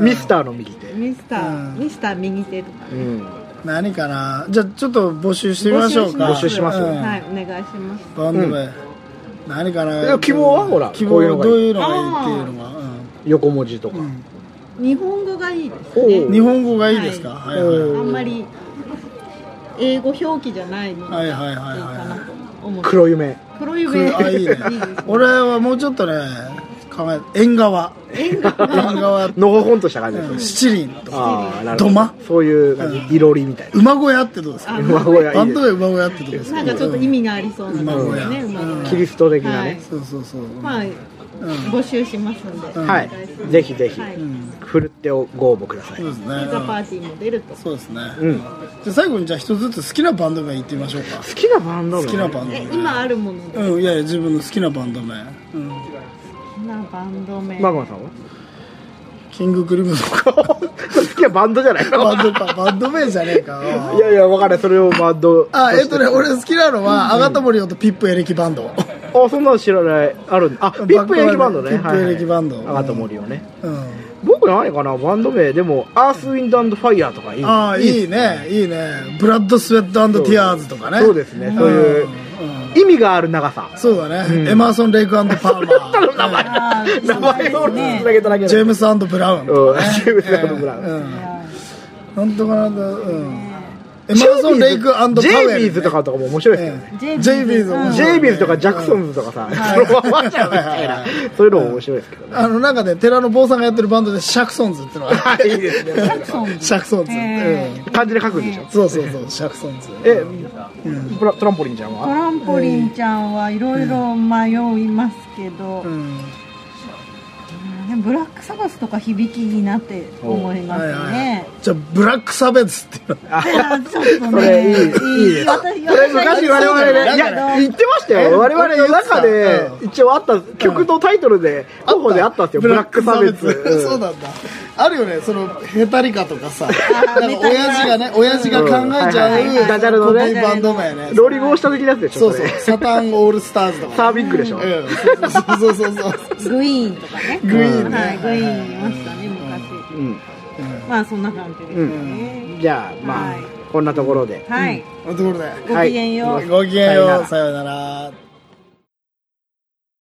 ミスターの右手
ミスター、
うん
ミスター右手とか
うん
何かなじゃあちょっと募集してみましょうか
募集します
うん
はい、お願いします。
バンド名何か
いや
な
希望はほら
希
こういうの
望
がいい
どういうのがいいっていうのは
横文字とか、
日本語がいいです
お
うん
う
ね。
日本語がいいですか
は
はいはい
あんまり英語表記じゃないのが
はいい
い
はいはい
かな
は
と思う。
黒夢
黒夢
あいいね俺はもうちょっとね考え縁側縁側
のほほんとした感じですよね
七輪とか
ああなるほ
土間
そういう感じいろりみたい
馬小屋ってどうですか
あ
な馬小屋
バ
いい
ン
で
ドで馬小屋ってどうですか
なんかちょっと意味がありそうな感じですね、
馬小
馬
屋
の
すキリスト的なね
そうそうそう
まあ、募集しますんで、
ん
はいぜひぜひ
はい
ふるってご応募ください
そうですね
ピザパーティーも出ると。
そうですね
うん好
じゃあ最後にじゃあ一つずつ好きなバンド名言ってみましょうか
きなバンド
好きなバ
ン
ンド
え、
名
今あるもので、
うんいやいや自分の好きなバンド名うん
そんなバンド名。
マグマさんは
キングクリムゾンか
これ好きなバンドじゃない
バ
の
ンド かバンド名じゃねえか
いやいや分かんないそれをバンド
あえっとね俺好きなのはあがたもりおとピップエレキバンド
あそんなの知らないあるんだあピップエレキバンドね
ピップエレキバンド
はいはいあがた森をね
うん
僕何かなバンド名でもアースウィンドファイヤーとかいい
ああいいねいいねブラッドスウェットティアーズとかね
そうですねそういう意味がある長さ
そうだね、エマーソン・レイクパーマ ー、
名前
あー
名前をつなげただけ
ジェームスブラウンとかね、
うんジェームスブラウン
うん、なんとかなんだ、うん、エマーソン・レイクパウエル、
ジェイビーズとかとかも面白いですけどね
ええ
ジ
ジ
ェ
ェ
イビーズ
イビーズ面
ジ
白い
ェイビーズとかジャクソンズとかさそのままじゃんみたいなそういうのも面白いですけどね
あのなんかね寺の坊さんがやってるバンドでシャクソンズってのがある
いいですね
ジャクソン。
シャクソンズ、
えー
漢字で書くんでしょ
うん、そうそうそうシャクソンズ
えトラトランポリンちゃん
ト
は
ランポリンちゃんはいろいろ迷いますけど、
うん
でもブラックサバスとか響きになって思います
は
ね。
いはいじゃあブラック差別っていうの
あちょっと
それいい
ね、
いいです
私
それ昔我々ねい
だけど
や言ってましたよ我々の中で一応あった曲のタイトルで候補であったんですよブラック差別
ブラック差別そう
うん
なんだあるよねそのヘタリカとかさ
ー
なんか親父がね親父が考えち
うんはいはい
ゃ
は
う
いダジャレのね
コピーバンド名ね
ローリングをした的なやつでしょ
そうそう
れ
サタンオールスターズとか
サービックでしょ
ねうんそうそうそうそう
グイーンとかね。
グイーンね
はい、グイーンいましたね、昔。
うん
まあ、そんな感じですね。
じゃあまあ
はい
こんなところで
はい。
ところで
ごきげんよう
はい
ごきげんよう
さ
さようなら